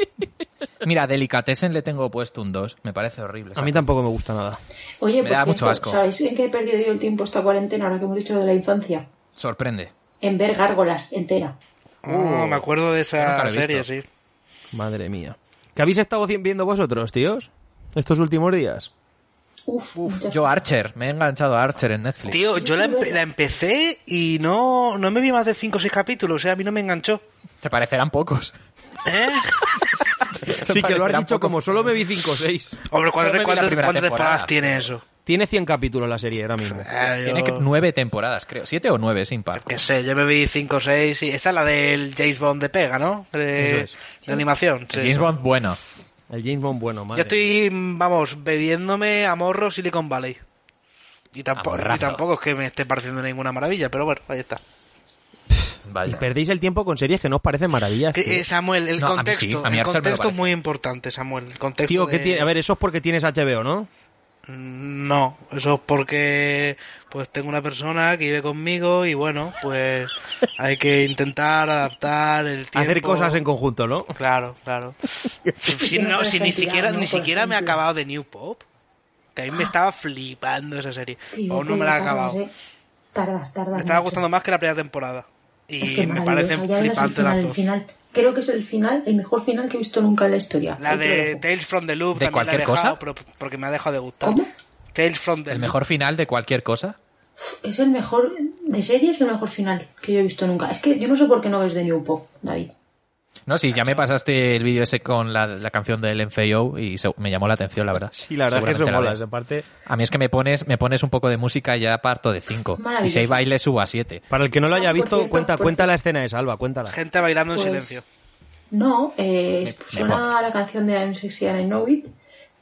C: Mira, Delicatessen le tengo puesto un 2, me parece horrible.
D: A
C: esa
D: mí tampoco me gusta nada.
F: Oye,
C: Me
F: por
C: da mucho
F: cierto,
C: asco.
F: ¿sabéis en qué he perdido yo el tiempo esta cuarentena ahora que hemos dicho de la infancia?
C: peli. Sorprende.
F: En ver gárgolas entera.
E: Oh, me acuerdo de
C: Yo Uh, nunca
E: esa
C: lo he
E: serie,
C: visto.
E: sí.
D: Madre mía. ¿Qué habéis estado cien- viendo vosotros, tíos? Estos últimos días.
F: Uf, muchas-
C: Yo Archer, me he enganchado a Archer en Netflix.
E: Tío, yo la, empe- la empecé y no, no me vi más de 5 o 6 capítulos, o sea, a mí no me enganchó.
C: Te parecerán pocos.
E: ¿Eh?
D: Sí, que lo has
C: Parecerán
D: dicho
C: pocos.
D: como solo me vi 5 o 6.
E: Hombre,
C: Yo me vi
E: ¿cuántas,
C: la
E: cuántas-
C: primera
E: cuántas
C: temporada.
E: temporadas tiene eso?
D: Tiene 100 capítulos la serie ahora mismo.
E: Ah, yo-
C: Tiene que- nueve temporadas, creo. Siete o nueve, sin par.
E: Que sé, yo me vi 5 o 6 y esa es la del James Bond de pega, ¿no? De,
D: Eso
E: de animación. sí.
C: James Bond, bueno.
D: El James Bond bueno, madre.
E: Yo estoy, mm, vamos, bebiéndome a morro Silicon Valley. Y tampoco, y
C: Amorrazo.
E: tampoco es que me esté pareciendo ninguna maravilla, pero bueno, ahí está.
D: Y
C: Vaya.
D: perdéis el tiempo con series que no os parecen maravillas.
E: Que,
D: tío.
E: eh, Samuel, el
C: No, a mí
E: contexto,
C: sí, a mí
E: el
C: Archer me lo
E: contexto es
C: parece.
E: muy importante, Samuel. El contexto
D: Tío, ¿qué
E: de-
D: tiene? A ver, eso es porque tienes HBO, ¿no?
E: Mm, No, eso es porque pues tengo una persona que vive conmigo y bueno, pues hay que intentar adaptar el tiempo.
D: Hacer cosas en conjunto, ¿no?
E: Claro, claro. Si, no, Ah. si ni siquiera, ni siquiera me he acabado de New Pop. Que a mí me estaba flipando esa serie.
F: Tío,
E: Aún no
F: cómo
E: me la he
F: tardas,
E: acabado.
F: eh. Tardas, tardas.
E: Me estaba
F: mucho.
E: gustando más que la primera temporada.
F: Es
E: Y
F: que
E: me
F: maravillosa,
E: parecen
F: ya verás el
E: flipantes
F: final,
E: las
F: el
E: dos.
F: final. Creo que es el final, el mejor final que he visto nunca en la historia.
E: La
F: Ahí te lo
E: de
F: dejo.
E: Tales from the Loop también
C: ¿De
E: la he
C: cualquier
E: dejado,
C: cosa?
E: pero- porque me ha dejado de gustar.
F: ¿Cómo?
E: Tales from the
C: El
E: Loop.
C: mejor final de cualquier cosa.
F: Es el mejor de serie, es el mejor final que yo he visto nunca. Es que yo no sé por qué no ves de New Pop, David.
C: No, sí, ya me pasaste el vídeo ese con la, la canción del MFAO y se- me llamó la atención, la verdad.
D: Sí, la verdad es que eso
C: Seguramente la
D: mola,
C: veo.
D: esa parte.
C: A mí es que me pones, me pones un poco de música y ya parto de cinco. Y
F: Maravilloso.
C: si hay baile, subo a siete.
D: Para el que no lo
F: Samu,
D: haya
F: por
D: visto,
F: cierto,
D: cuenta,
F: por
D: cuenta
F: cierto.
D: la escena esa, Alba, cuéntala.
E: Gente bailando en
F: Pues-
E: silencio.
F: No, eh,
C: Me- me
F: suena
C: pones.
F: la canción de I'm Sexy and I Know It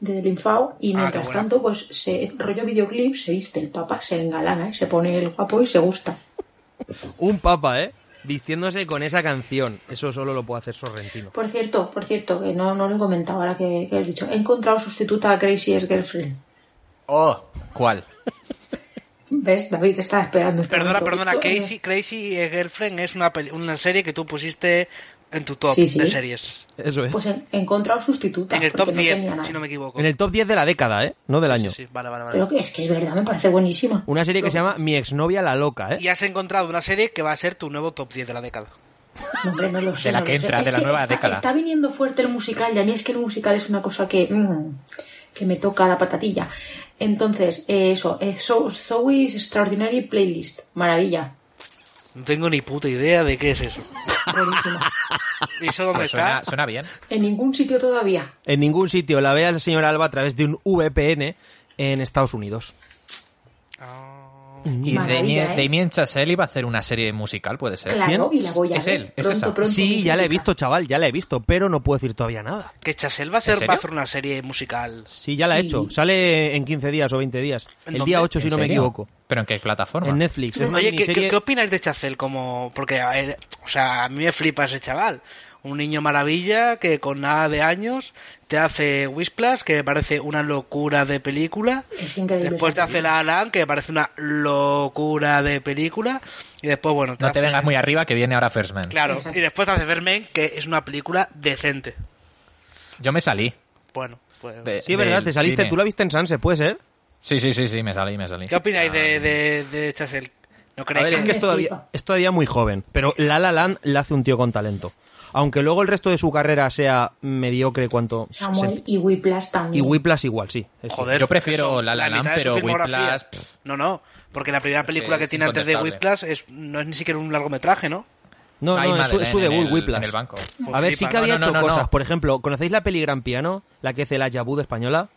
F: de Linfao y
E: Ah,
F: mientras
E: qué buena.
F: tanto, pues se rollo videoclip, se viste el papá, se engalana, ¿eh? se pone el guapo y se gusta.
D: Un papa, ¿eh? Vistiéndose con esa canción. Eso solo lo puede hacer Sorrentino.
F: Por cierto, por cierto, que no, no lo he comentado ahora que, que has dicho, he encontrado sustituta a Crazy as Girlfriend.
C: Oh, ¿cuál?
F: ¿Ves? David estaba esperando. este
E: Perdona,
F: momento.
E: perdona,
F: Eh,
E: Crazy, Crazy Girlfriend es una, peli- una serie que tú pusiste en tu top
F: Sí, sí.
E: de series.
D: Eso es.
F: Pues he he encontrado sustituta.
E: En el top
F: porque no
E: 10,
F: tenía nada.
E: si no me equivoco.
D: En el top 10 de la década, ¿eh? No del
E: Sí,
D: año.
E: sí, sí, vale, vale, vale.
F: Pero que es que es verdad, me parece buenísima.
D: Una serie que se llama Mi exnovia la loca,
E: Y
D: ¿eh?
E: has encontrado una serie que va a ser tu nuevo top 10 de la década.
F: No, hombre, no lo sé.
C: De la
F: no
C: que
F: lo sé.
C: entra,
F: Es
C: de la
F: que
C: nueva
F: está,
C: década.
F: Está viniendo fuerte el musical y a mí es que el musical es una cosa que, mm, que me toca la patatilla. Entonces, eh, eso, eh, So- Zoe's Extraordinary Playlist. Maravilla.
E: No tengo ni puta idea de qué es eso.
F: Buenísima.
E: ¿Y eso dónde
C: Pues suena,
E: está?
C: suena bien.
F: en ningún sitio todavía.
D: En ningún sitio la vea el señor Alba a través de un VPN en Estados Unidos.
E: Ah.
C: Y
F: Maravilla,
C: Damien
F: ¿eh?
C: Damien Chazelle iba a hacer una serie musical, puede ser.
F: Claro,
D: ¿Quién?
F: y la voy a
C: Es
F: ver.
C: él, es
F: Pronto,
C: esa.
F: pronto,
D: Sí,
F: mi
D: ya la he
F: chica.
D: visto, chaval, ya la he visto, pero no puedo decir todavía nada.
E: Que Chasel va a,
C: ¿En
E: ser,
C: serio?
E: va a hacer una serie musical.
D: Sí, ya la he
F: Sí.
D: hecho. Sale en 15 días o 20 días.
E: ¿En
D: El
E: dónde?
D: día 8, si
C: ¿En
D: no me
C: serio?
D: equivoco.
C: ¿Pero en qué plataforma?
D: En Netflix. Es una
E: Oye, ¿qué,
D: miniserie-
E: qué- qué opináis de Chacel? Como, porque, a ver, o sea, a mí me flipa ese chaval. Un niño maravilla que con nada de años te hace Whisplas, que parece una locura de película.
F: Es increíble.
E: Después te hace la Alan, que parece una locura de película. Y después, bueno, te
C: No
E: hace-
C: te vengas muy arriba, que viene ahora First Man.
E: Claro, y después te hace Vermen, que es una película decente.
C: Yo me salí.
E: Bueno, Pues-
C: de-
D: Sí, es verdad,
C: del
D: te saliste,
C: cine.
D: tú la viste en Sanse, ¿puede ser?
C: Sí, sí, sí, sí, me salí, me salí.
E: ¿Qué opináis de, de, de esta cel? ¿No
D: Ah, A
E: creéis
D: ver, es
E: que-
D: que es
F: Me
D: todavía,
F: flipa.
D: es todavía muy joven, pero La La Land la hace un tío con talento. Aunque luego el resto de su carrera sea mediocre cuanto...
F: Samuel
D: sen-
F: y Whiplash también.
D: Y Whiplash igual, sí. eso.
E: Joder,
C: Yo prefiero
E: eso,
C: La La Land,
E: mitad de su
C: pero
E: filmografía.
C: Whiplash, pff.
E: No, no, porque la primera película
C: es
E: que tiene antes de
C: incontestable.
E: Whiplash es, no es ni siquiera un largometraje, ¿no?
D: No,
C: Ay,
D: no, es su,
C: Madeleine,
D: es su debut,
C: en el-
D: Whiplash.
C: en el banco.
D: A ver, sí
E: Flipa.
D: que había
C: No, no,
D: hecho
C: no, no.
D: cosas. Por ejemplo, ¿conocéis la peli Gran Piano? La que hace la Yabud española.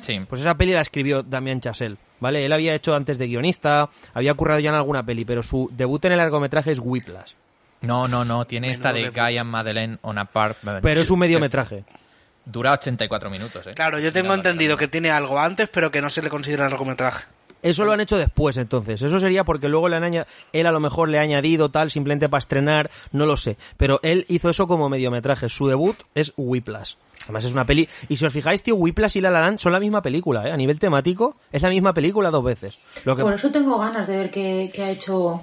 C: Sí.
D: Pues esa peli la escribió Damián Chasel, ¿vale? Él había hecho antes de guionista, había currado ya en alguna peli, pero su debut en el largometraje es Whiplash.
C: No, no, no, tiene esta de
E: debut.
C: Guy and Madeleine on a Park Bench,
D: Pero es un
C: que
D: mediometraje.
C: Dura 84 minutos, ¿eh?
E: Claro, yo tengo
C: Nada,
E: entendido que tiene algo antes, pero que no se le considera largometraje.
D: Eso lo han hecho después, entonces. Eso sería porque luego le han aña- él a lo mejor le ha añadido tal, simplemente para estrenar, no lo sé. Pero él hizo eso como mediometraje. Su debut es Whiplash. Además es una peli... Y si os fijáis, tío, Whiplash y La La Land son la misma película, ¿eh? A nivel temático, es la misma película dos veces. Lo que...
F: Por eso tengo ganas de ver qué, qué ha hecho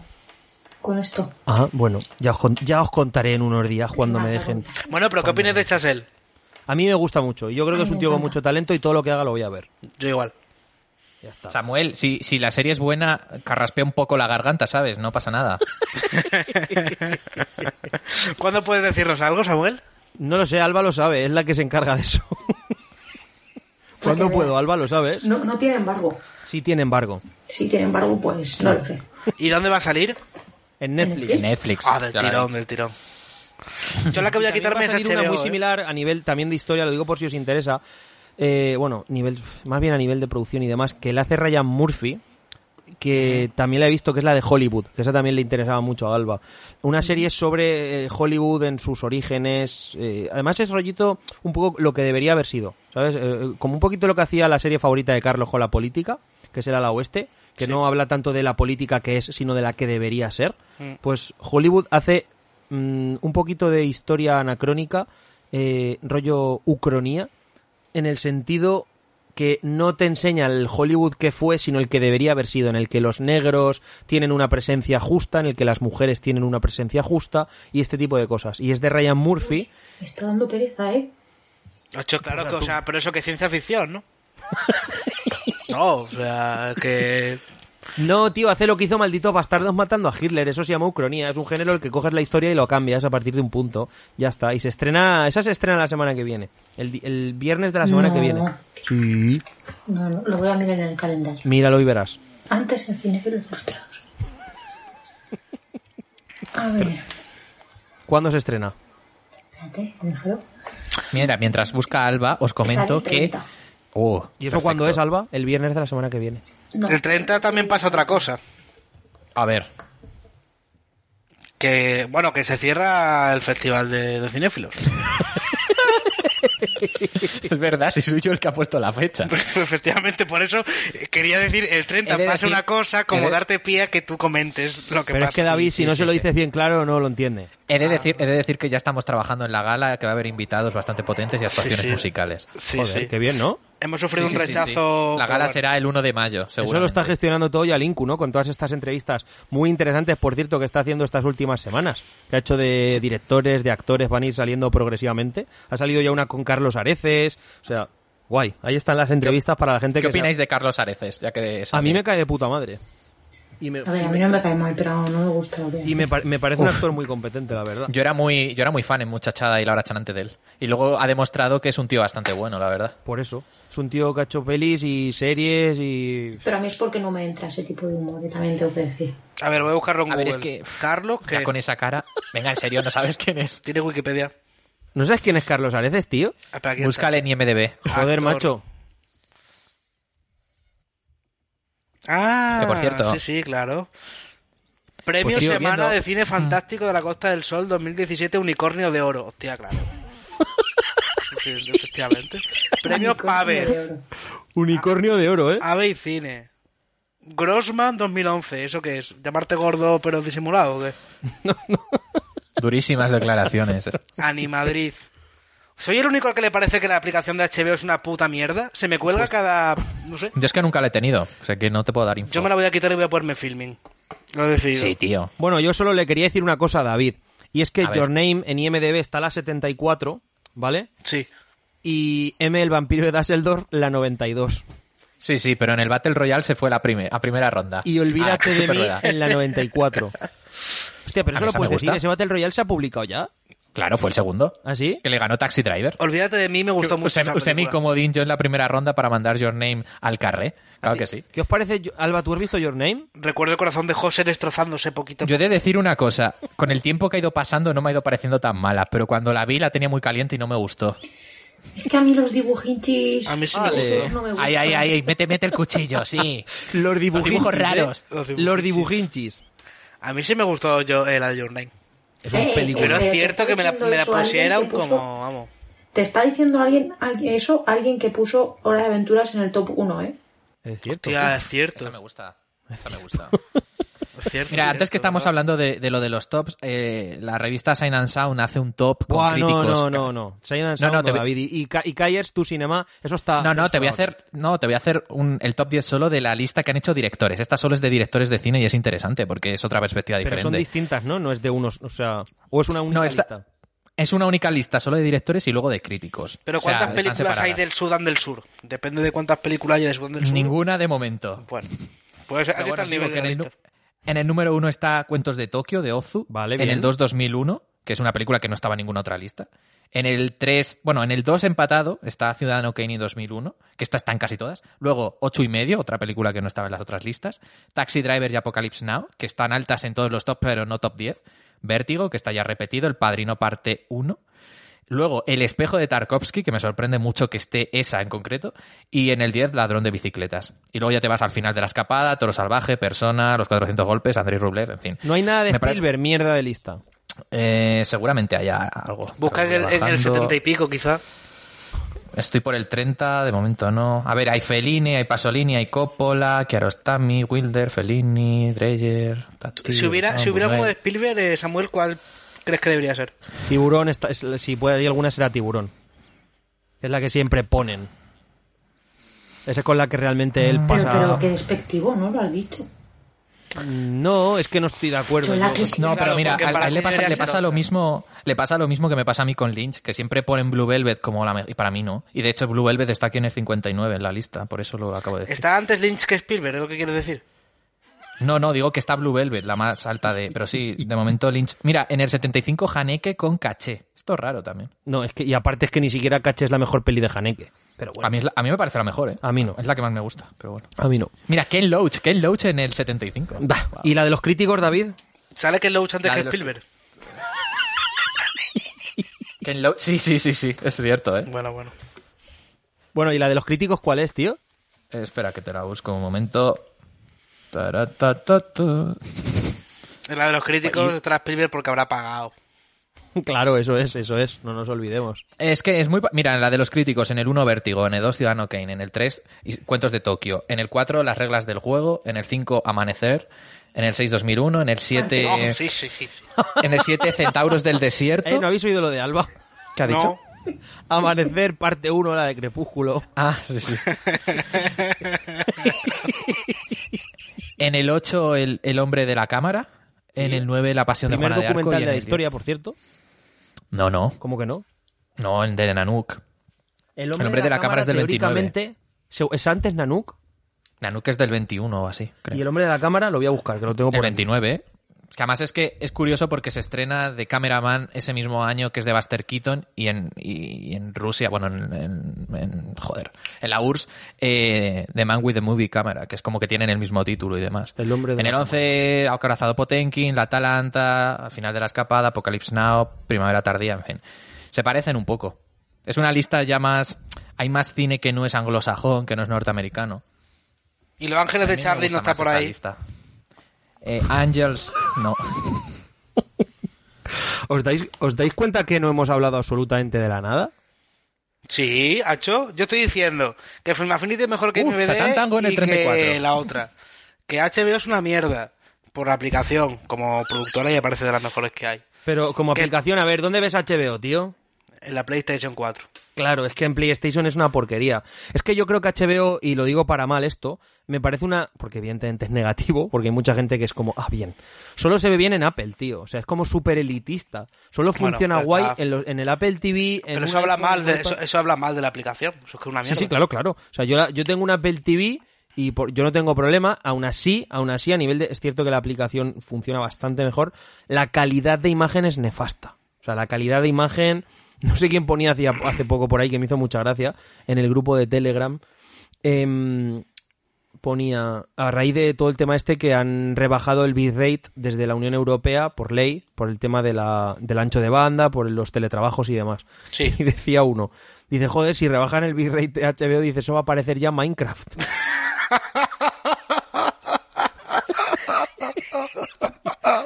F: con esto.
D: Ah, bueno, ya os, con- ya os contaré en unos días cuando me
F: Vas a
D: dejen.
F: contar.
E: Bueno,
C: Pues
E: pero ¿qué opináis de Chasel?
D: A mí me gusta mucho. y Yo creo que
F: Ay,
D: es un
F: me
D: tío con
F: encanta.
D: mucho talento y todo lo que haga lo voy a ver.
E: Yo igual.
D: Ya está.
C: Samuel, si, si la serie es buena, carraspea un poco la garganta, ¿sabes? No pasa nada.
E: ¿Cuándo puedes decirnos algo, Samuel?
D: No lo sé, Alba lo sabe, es la que se encarga de eso. ¿Cuándo
F: Porque-
D: puedo? Alba lo sabe.
F: No, no tiene embargo.
D: Sí tiene embargo.
F: Si tiene embargo, pues no lo sé.
E: ¿Y dónde va a salir?
D: En
C: En
D: Netflix.
C: Netflix.
E: Ah, del
C: ya la
E: tirón,
C: ves.
E: del tirón. Yo la que voy a
D: También va
E: quitarme es
D: salir una
E: HBO,
D: muy
E: ¿eh?
D: similar a nivel también de historia, lo digo por si os interesa. Eh, bueno, nivel más bien a nivel de producción y demás, que la hace Ryan Murphy, que también la he visto, que es la de Hollywood, que esa también le interesaba mucho a Alba. Una serie sobre eh, Hollywood en sus orígenes. eh, además es rollito un poco lo que debería haber sido, ¿sabes? Eh, como un poquito lo que hacía la serie favorita de Carlos con la política, que es el ala oeste, que no habla tanto de la política que es, sino de la que debería ser. Pues Hollywood hace mm, un poquito de historia anacrónica, eh, rollo ucronía, en el sentido que no te enseña el Hollywood que fue, sino el que debería haber sido, en el que los negros tienen una presencia justa, en el que las mujeres tienen una presencia justa y este tipo de cosas. Y es de Ryan Murphy.
F: Me está dando pereza, ¿eh?
E: Ocho, claro, que, o sea, pero eso que es ciencia ficción, ¿no? No, o sea, que...
D: No, tío, hace lo que hizo Malditos Bastardos matando a Hitler. Eso se llama ucronía. Es un género el que coges la historia y lo cambias a partir de un punto. Ya está. Y se estrena... Esa se estrena la semana que viene. El, di- el viernes de la semana
F: No.
D: que viene. Sí.
F: No, no, lo voy a mirar en el calendario.
D: Míralo y verás.
F: Antes en cine, pero frustrados. A ver,
D: ¿Cuándo se estrena?
F: espérate, déjalo.
C: Mira, mientras busca a Alba, os comento
F: Sale
C: que...
F: 30.
C: Oh,
D: ¿Y eso
C: perfecto.
D: cuándo es, Alba? El viernes de la semana que viene.
F: No.
E: El 30 también pasa otra cosa.
C: A ver,
E: Que, bueno, que se cierra el festival de, de cinéfilos.
C: es verdad, si soy yo el que ha puesto la fecha.
E: Efectivamente, por eso eh, quería decir, el 30
C: He de
E: pasa
C: decir-
E: una cosa
C: he
E: como
C: de-
E: darte pie a que tú comentes lo que
D: Pero
E: pasa.
D: es que David,
C: sí,
D: si no
C: sí,
D: se lo
C: sí.
D: dices bien claro, no lo entiende.
C: He de, decir, he de decir que ya estamos trabajando en la gala, que va a haber invitados bastante potentes y actuaciones
E: sí.
C: musicales.
E: Sí,
D: Joder,
E: sí.
D: qué bien, ¿no?
E: Hemos sufrido
C: Sí,
E: un
C: sí, sí, sí.
E: rechazo...
C: La
E: pero
C: gala
E: bueno.
C: será el 1 de mayo, seguro.
D: Eso lo está gestionando todo Yalinku, ¿no? Con todas estas entrevistas muy interesantes, por cierto, que está haciendo estas últimas semanas. Que ha hecho de directores, de actores, van a ir saliendo progresivamente. Ha salido ya una con Carlos Areces. O sea, guay. Ahí están las entrevistas para la gente
C: ¿Qué
D: que... sea-
C: opináis de Carlos Areces? Ya que
D: A mí me cae de puta madre. Y me,
F: A ver, a mí no me cae mal, pero no me gusta. lo que-
D: y me par- me parece un actor muy competente, la verdad.
C: Yo era muy, yo era muy fan en Muchachada y Laura Chan antes de él. Y luego ha demostrado que es un tío bastante bueno, la verdad.
D: Por eso. Es un tío que ha hecho pelis y series y...
F: Pero a mí es porque no me entra ese tipo de humor, y también tengo que decir.
E: A ver, voy a buscarlo en
C: A ver, es
E: Google.
C: que, pff,
E: Carlos,
C: Ya
E: que
C: con esa cara. Venga, en serio, no sabes quién es.
E: tiene Wikipedia.
D: ¿No sabes quién es Carlos Areces, tío?
E: Ah, espera, aquí está.
C: Búscale en IMDB.
D: Joder,
E: Actor.
D: macho.
E: Ah,
C: Que por cierto-
E: sí, sí, claro. Premio
C: Pues tío,
E: Semana
C: viendo-
E: de Cine Fantástico de la Costa del Sol 2017 Unicornio de Oro. Hostia, claro. Sí, efectivamente. Premio
F: Unicornio de
E: Pave.
F: oro.
D: Unicornio de oro, ¿eh?
E: Ave y Cine. Grossman 2011. ¿Eso qué es? ¿Llamarte gordo pero disimulado o qué?
C: Durísimas declaraciones.
E: Animadrid. ¿Soy el único al que le parece que la aplicación de HBO es una puta mierda? Se me cuelga cada... no sé.
C: Yo es que nunca la he tenido, o sea que no te puedo dar info.
E: Yo me la voy a quitar y voy a ponerme filming. Lo he decidido.
C: Sí, tío.
D: Bueno, yo solo le quería decir una cosa a David. Y es que
C: A ver.
D: Your Name en IMDB está a la 74, ¿vale?
E: Sí.
D: y M el vampiro de Dusseldorf la 92.
C: Sí, sí, pero en el Battle Royale se fue la prime- a primera ronda.
D: Y olvídate
C: Ah,
D: de mí
C: superrueda.
D: en la 94. Hostia, pero
C: A mí
D: eso lo
C: esa me
D: puedes decir.
C: gusta.
D: ¿Ese Battle Royale se ha publicado ya?
C: Claro, fue el segundo.
D: ¿Ah, sí?
C: Que le ganó Taxi Driver.
E: Olvídate de mí, me gustó mucho.
C: Usé,
E: esa
C: usé mi
E: película.
C: comodín yo en la primera ronda para mandar Your Name al carré. Claro que sí.
D: ¿Qué os parece, Yo- Alba? ¿Tú has visto Your Name?
E: Recuerdo el corazón de José destrozándose poquito. a
C: Yo he de decir una cosa. Con el tiempo que ha ido pasando no me ha ido pareciendo tan mala, pero cuando la vi la tenía muy caliente y no me gustó.
F: Es que a mí los dibujinchis.
E: A mí sí
D: Ale.
E: me gustó.
F: no me gustan.
C: Ay, ay, ay, mete, mete el cuchillo, sí.
D: Los
C: dibujinchis,
D: dibujos
C: ¿eh?
D: raros.
E: Los dibujinchis.
D: Los dibujinchis.
E: A mí sí me gustó yo, eh, la de Your Name.
D: Es un
F: Eh,
D: peligro.
E: Pero
F: eh,
E: es
F: te
E: cierto
F: está
E: que me la,
F: diciendo
E: me la
F: eso alguien
E: pusieron
F: que puso-
E: como, vamos.
F: Te está diciendo alguien al- eso, alguien que puso Hora de Aventuras en el top 1, ¿eh?
D: Es cierto.
E: Tía, es cierto.
C: Esa me gusta. Esa me gusta.
E: es cierto,
C: Mira, antes
E: cierto,
C: que estamos
E: ¿verdad?
C: hablando de, de lo de los tops, eh, la revista Sign and Sound hace un top con
D: Buah, no,
C: críticos.
D: no, no, no. Silent and
C: No, no,
D: Sound,
C: te
D: no,
C: voy-
D: David. Y, y, Ca- y Cayers, tu cinema, eso está...
C: No, no,
D: eso
C: te voy a
D: está
C: hacer, no, te voy a hacer un- el top 10 solo de la lista que han hecho directores. Esta solo es de directores de cine y es interesante porque es otra perspectiva
D: Pero
C: diferente.
D: son distintas, ¿no? No es de unos, o sea... O es una única
C: No, esta-
D: lista.
C: es una única lista solo de directores y luego de críticos.
E: Pero
C: O sea,
E: ¿cuántas
C: están
E: películas hay
C: separadas.
E: del Sudán del Sur? Depende de cuántas películas hay de Sudán del Sur.
C: Ninguna de momento.
E: Bueno, pues así
C: Pero
E: está
C: bueno,
E: el
C: os digo
E: nivel
C: que
E: de
C: en,
E: la
C: el, nu-
E: lista.
C: en el número uno está Cuentos de Tokio, de Ozu.
D: Vale,
C: En
D: bien.
C: el 2, 2001, que es una película que no estaba en ninguna otra lista. En el 3, bueno, en el 2 empatado está Ciudadano Kane y 2001, que estas están casi todas. Luego, 8 y medio, otra película que no estaba en las otras listas. Taxi Driver y Apocalypse Now, que están altas en todos los top, pero no top 10. Vértigo, que está ya repetido. El Padrino parte 1. Luego, El espejo de Tarkovsky, que me sorprende mucho que esté esa en concreto. Y en el 10, Ladrón de bicicletas. Y luego ya te vas al final de la escapada, Toro Salvaje, Persona, Los 400 Golpes, Andrei Rublev, en fin.
D: No hay nada de
C: Me parece-
D: Spielberg, mierda de lista.
C: Eh, seguramente haya algo.
E: Busca en el, en el
C: Bajando.
E: 70 y pico, quizá.
C: Estoy por el 30, de momento no. A ver, hay Fellini, hay Pasolini, hay Coppola, Kiarostami, Wilder, Fellini, Dreyer... Tati,
E: si hubiera,
C: Gustavo
E: si hubiera uno
C: Buñuel.
E: de Spielberg, eh, Samuel, ¿cuál crees que debería ser?
D: Tiburón, está- es- si puede haber alguna, será tiburón. Es la que siempre ponen. Esa es con la que realmente él
F: Pero,
D: pasa.
F: pero qué despectivo, ¿no? Lo has dicho.
D: No, es que no estoy de acuerdo.
F: Yo la
D: yo.
F: que sí.
C: No,
E: Claro,
C: pero mira,
E: porque
C: a-
E: para
C: a él le
E: ti
C: pasa,
E: debería
C: le
E: ser
C: pasa lo
E: otra.
C: mismo, le pasa lo mismo que me pasa a mí con Lynch, que siempre ponen Blue Velvet como la me- y para mí no. Y de hecho Blue Velvet está aquí en el 59 en la lista, por eso lo acabo de decir.
E: ¿Está antes Lynch que Spielberg? Es lo que quiero decir.
C: No, no, digo que está Blue Velvet, la más alta de, pero sí, de momento Lynch. Mira, en el 75 Haneke con Caché. Esto es raro también.
D: No, es que, y aparte es que ni siquiera Cache es la mejor peli de Haneke. Pero bueno.
C: A mí es la- a mí me parece la mejor, eh.
D: A mí no.
C: Es la que más me gusta, pero bueno.
D: A mí no.
C: Mira, Ken Loach, Ken Loach en el 75.
D: Bah, ¿Y la de los críticos, David?
E: ¿Sale que es Loach antes
C: La
E: que
C: de los-
E: Spielberg?
C: Ken Loach, sí, sí, sí, sí, es cierto, eh.
E: Bueno, bueno.
D: Bueno, ¿y la de los críticos cuál es, tío?
C: Eh, Espera que te la busco un momento. Taratatata.
E: La de los críticos estará Spielberg porque habrá pagado.
D: claro, eso es, eso es. No nos olvidemos.
C: Es que es muy... pa- Mira, en la de los críticos, en el 1 Vértigo, en el 2 Ciudadano Kane, en el 3 y- Cuentos de Tokio, en el 4 Las reglas del juego, en el 5 Amanecer, en el 6 2001, en el 7
E: Oh, sí, sí, sí. sí.
C: en el 7 Centauros del
D: Eh,
C: Desierto.
D: ¿No habéis oído lo de Alba?
C: ¿Qué ha dicho?
E: No,
D: Amanecer, parte 1, la de Crepúsculo.
C: Ah, sí, sí. en el 8 el, el hombre de la cámara, en el 9 La pasión
D: Primer
C: de Juana de Arco
D: documental
C: y
D: de
C: en
D: la
C: el
D: historia,
C: 10.
D: por cierto.
C: No, no,
D: ¿Cómo que no?
C: no, el de Nanook.
D: El
C: hombre de la cámara es del 29.
D: teóricamente, se- ¿Es antes Nanook?
C: Nanook es del 21 o así, creo.
D: Y el hombre de la cámara lo voy a buscar, que lo tengo
C: El
D: por aquí.
C: 29, ¿eh? Que además es que es curioso porque se estrena de Cameraman ese mismo año que es de Buster Keaton y en, y en Rusia, bueno, en, en- en- joder, en la URSS, eh, The Man with the Movie Camera, que es como que tienen el mismo título y demás.
D: El hombre de
C: en
D: la
C: el 11, ha Acorazado Potenkin, La Atalanta, Al final de la Escapada, Apocalypse Now, Primavera Tardía, en fin. Se parecen un poco. Es una lista ya más... Hay más cine que no es anglosajón, que no es norteamericano.
E: y Los Ángeles de Charlie no está por ahí.
C: Eh, Angels, no.
D: ¿Os dais, ¿Os dais cuenta que no hemos hablado absolutamente de la nada?
E: Sí, Hacho, yo estoy diciendo que Film Affinity es mejor que
C: Uh,
E: MVD
C: Satán Tango en el
E: y
C: 34.
E: que la otra. Que HBO es una mierda por aplicación como productora y aparece de las mejores que hay.
D: Pero como
E: ¿Qué?
D: aplicación, a ver, ¿dónde ves HBO, tío?
E: en la PlayStation 4.
D: Claro, es que en PlayStation es una porquería. Es que yo creo que HBO, y lo digo para mal esto, me parece una. Porque evidentemente es negativo, porque hay mucha gente que es como, ah, bien. Solo se ve bien en Apple, tío. O sea, es como súper elitista. Solo
E: Bueno,
D: funciona
E: ya
D: guay
E: está.
D: en, los- en el Apple TV. en
E: Pero eso
D: un
E: habla
D: iPhone,
E: mal de
D: en un
E: eso,
D: iPad.
E: eso habla mal de la aplicación. Eso es que es una mierda.
D: Sí, sí, claro, claro. O sea, yo, la- yo tengo una Apple TV y por- yo no tengo problema. Aún así, aún así, a nivel de. Es cierto que la aplicación funciona bastante mejor. La calidad de imagen es nefasta. O sea, la calidad de imagen. No sé quién ponía hacia- hace poco por ahí, que me hizo mucha gracia, en el grupo de Telegram. em, ponía, a raíz de todo el tema este que han rebajado el bitrate desde la Unión Europea por ley, por el tema de la, del ancho de banda, por los teletrabajos y demás.
E: Sí.
D: Y decía uno, dice, joder, si rebajan el bitrate de HBO, dice, eso va a aparecer ya Minecraft.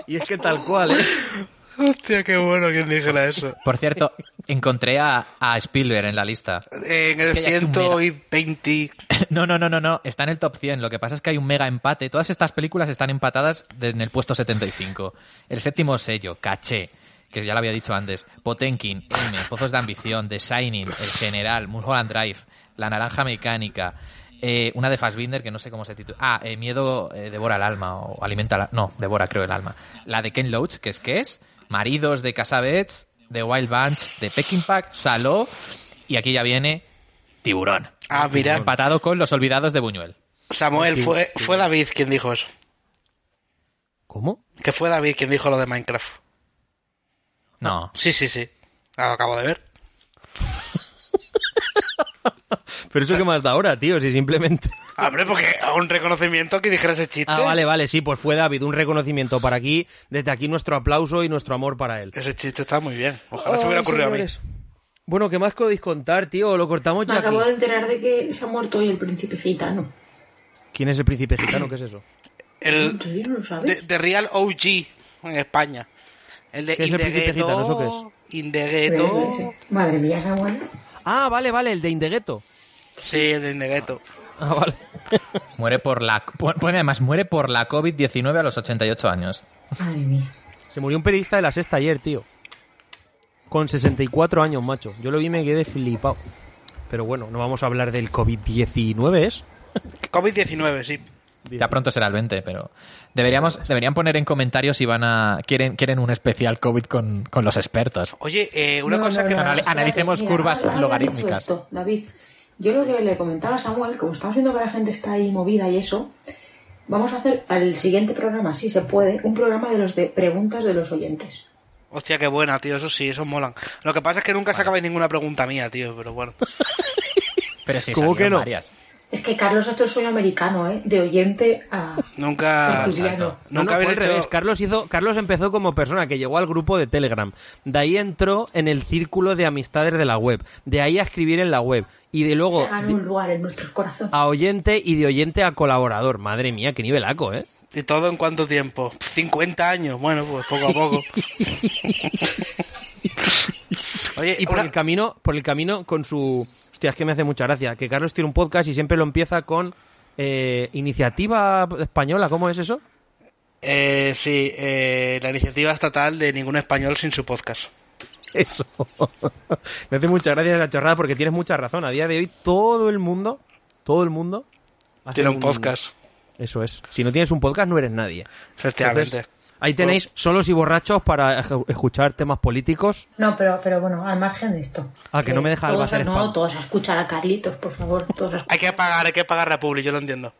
D: y es que tal cual, ¿eh?
E: Hostia, qué bueno quien dijera eso.
C: Por cierto, encontré a, a Spielberg en la lista.
E: En el
C: Es que hay aquí un
E: 120.
C: No, no, no, no, no. Está en el top 100. Lo que pasa es que hay un mega empate. Todas estas películas están empatadas de- en el puesto 75. El séptimo sello, Caché, que ya lo había dicho antes. Potenkin, M, Pozos de Ambición, The Shining, El General, Mulholland Drive, La Naranja Mecánica. eh, una de Fassbinder que no sé cómo se titula. Ah, eh, Miedo eh, devora el alma o alimenta la... No, devora creo el alma. La de Ken Loach, que es que es. Maridos de Casabets, The Wild Bunch, de Peckinpah, Saló. Y aquí ya viene Tiburón.
E: Ah, mira.
C: Empatado con Los Olvidados de Buñuel.
E: Samuel, fue, fue David quien dijo eso.
D: ¿Cómo?
E: Que fue David quien dijo lo de Minecraft.
C: No.
E: Sí, sí, sí. Lo acabo de ver.
D: Pero eso que más da ahora, tío, si simplemente...
E: Hombre, porque a un reconocimiento que dijera ese chiste.
D: Ah, vale, vale, sí, pues fue David, un reconocimiento para aquí, desde aquí nuestro aplauso y nuestro amor para él.
E: Ese chiste está muy bien. Ojalá
D: Oh,
E: se hubiera ocurrido a mí.
D: Bueno, ¿qué más podéis contar, tío? Lo cortamos
F: Me
D: ya aquí.
F: acabo de enterar de que se ha muerto hoy el príncipe gitano.
D: ¿Quién es el príncipe gitano? ¿Qué es eso?
F: ¿En
D: Mm.
E: El
F: serio no lo
E: de,
F: sabes?
E: de Real OG en España. El de
D: ¿Qué es el príncipe gitano? ¿Eso qué es?
E: In the Ghetto.
F: Pues, eh, Madre mía, Samuel.
D: Ah, vale, vale, el de Indegueto.
E: Sí, el de In the Ghetto.
D: Ah, vale.
C: Muere por la... Bueno, además, muere por la COVID-19 a los 88 años.
F: Madre mía.
D: Se murió un periodista de la sexta ayer, tío. Con 64 años, macho. Yo lo vi y me quedé flipado. Pero bueno, no vamos a hablar del COVID-19, ¿es?
E: COVID-19, sí.
C: Ya pronto será el 20, pero... Deberíamos, deberían poner en comentarios si van a... Quieren, quieren un especial COVID con, con los expertos.
E: Oye, eh, una
F: No,
E: cosa
F: no,
E: que...
F: no, no,
C: Anali-
F: espérate,
C: analicemos
F: mira,
C: curvas
F: ahora- ahora
C: logarítmicas.
F: he dicho esto, David, yo lo que le comentaba a Samuel, como estamos viendo que la gente está ahí movida y eso, vamos a hacer al siguiente programa, si se puede, un programa de los de preguntas de los oyentes.
E: Hostia, qué buena, tío. Eso sí, esos molan. Lo que pasa es que nunca sacabais ninguna pregunta mía, tío. Pero bueno.
C: Pero sí,
D: ¿Cómo
C: salieron
D: que no?
C: varias.
F: Es que Carlos, esto es sueño americano, ¿eh? De oyente a
D: Ah,
E: Nunca...
C: Arturo.
F: tertuliano.
E: Nunca
D: Pues no, no,
E: habéis
D: fue al
E: hecho-
D: revés. Carlos, hizo, Carlos empezó como persona que llegó al grupo de Telegram. De ahí entró en el círculo de amistades de la web. De ahí a escribir en la web. Y de luego Ah.
F: Se gana un lugar en nuestros corazones.
D: a oyente y de oyente a colaborador. Madre mía, qué nivelaco, ¿eh?
E: ¿Y todo en cuánto tiempo? 50 años. Bueno, pues poco a poco. Oye,
D: Y por
E: una-
D: el camino, por el camino con su. Hostia, es que me hace mucha gracia. Que Carlos tiene un podcast y siempre lo empieza con eh, iniciativa española, ¿cómo es eso?
E: eh, sí, eh, la iniciativa estatal de ningún español sin su podcast.
D: Eso. me hace mucha gracia esa chorrada porque tienes mucha razón. A día de hoy todo el mundo, todo el mundo hace
E: Tiene un podcast,
D: Eso es. Si no tienes un podcast no eres nadie.
E: efectivamente.
D: Entonces, ahí tenéis solos y borrachos para ej- escuchar temas políticos.
F: No, pero, pero bueno, al margen de esto.
D: Ah, que no me deja
F: todos
D: bajar
F: a-
D: el spam.
F: No, todos a escuchar a Carlitos, por favor. Todos a
E: hay que pagar, hay que pagar a Publi, yo lo entiendo.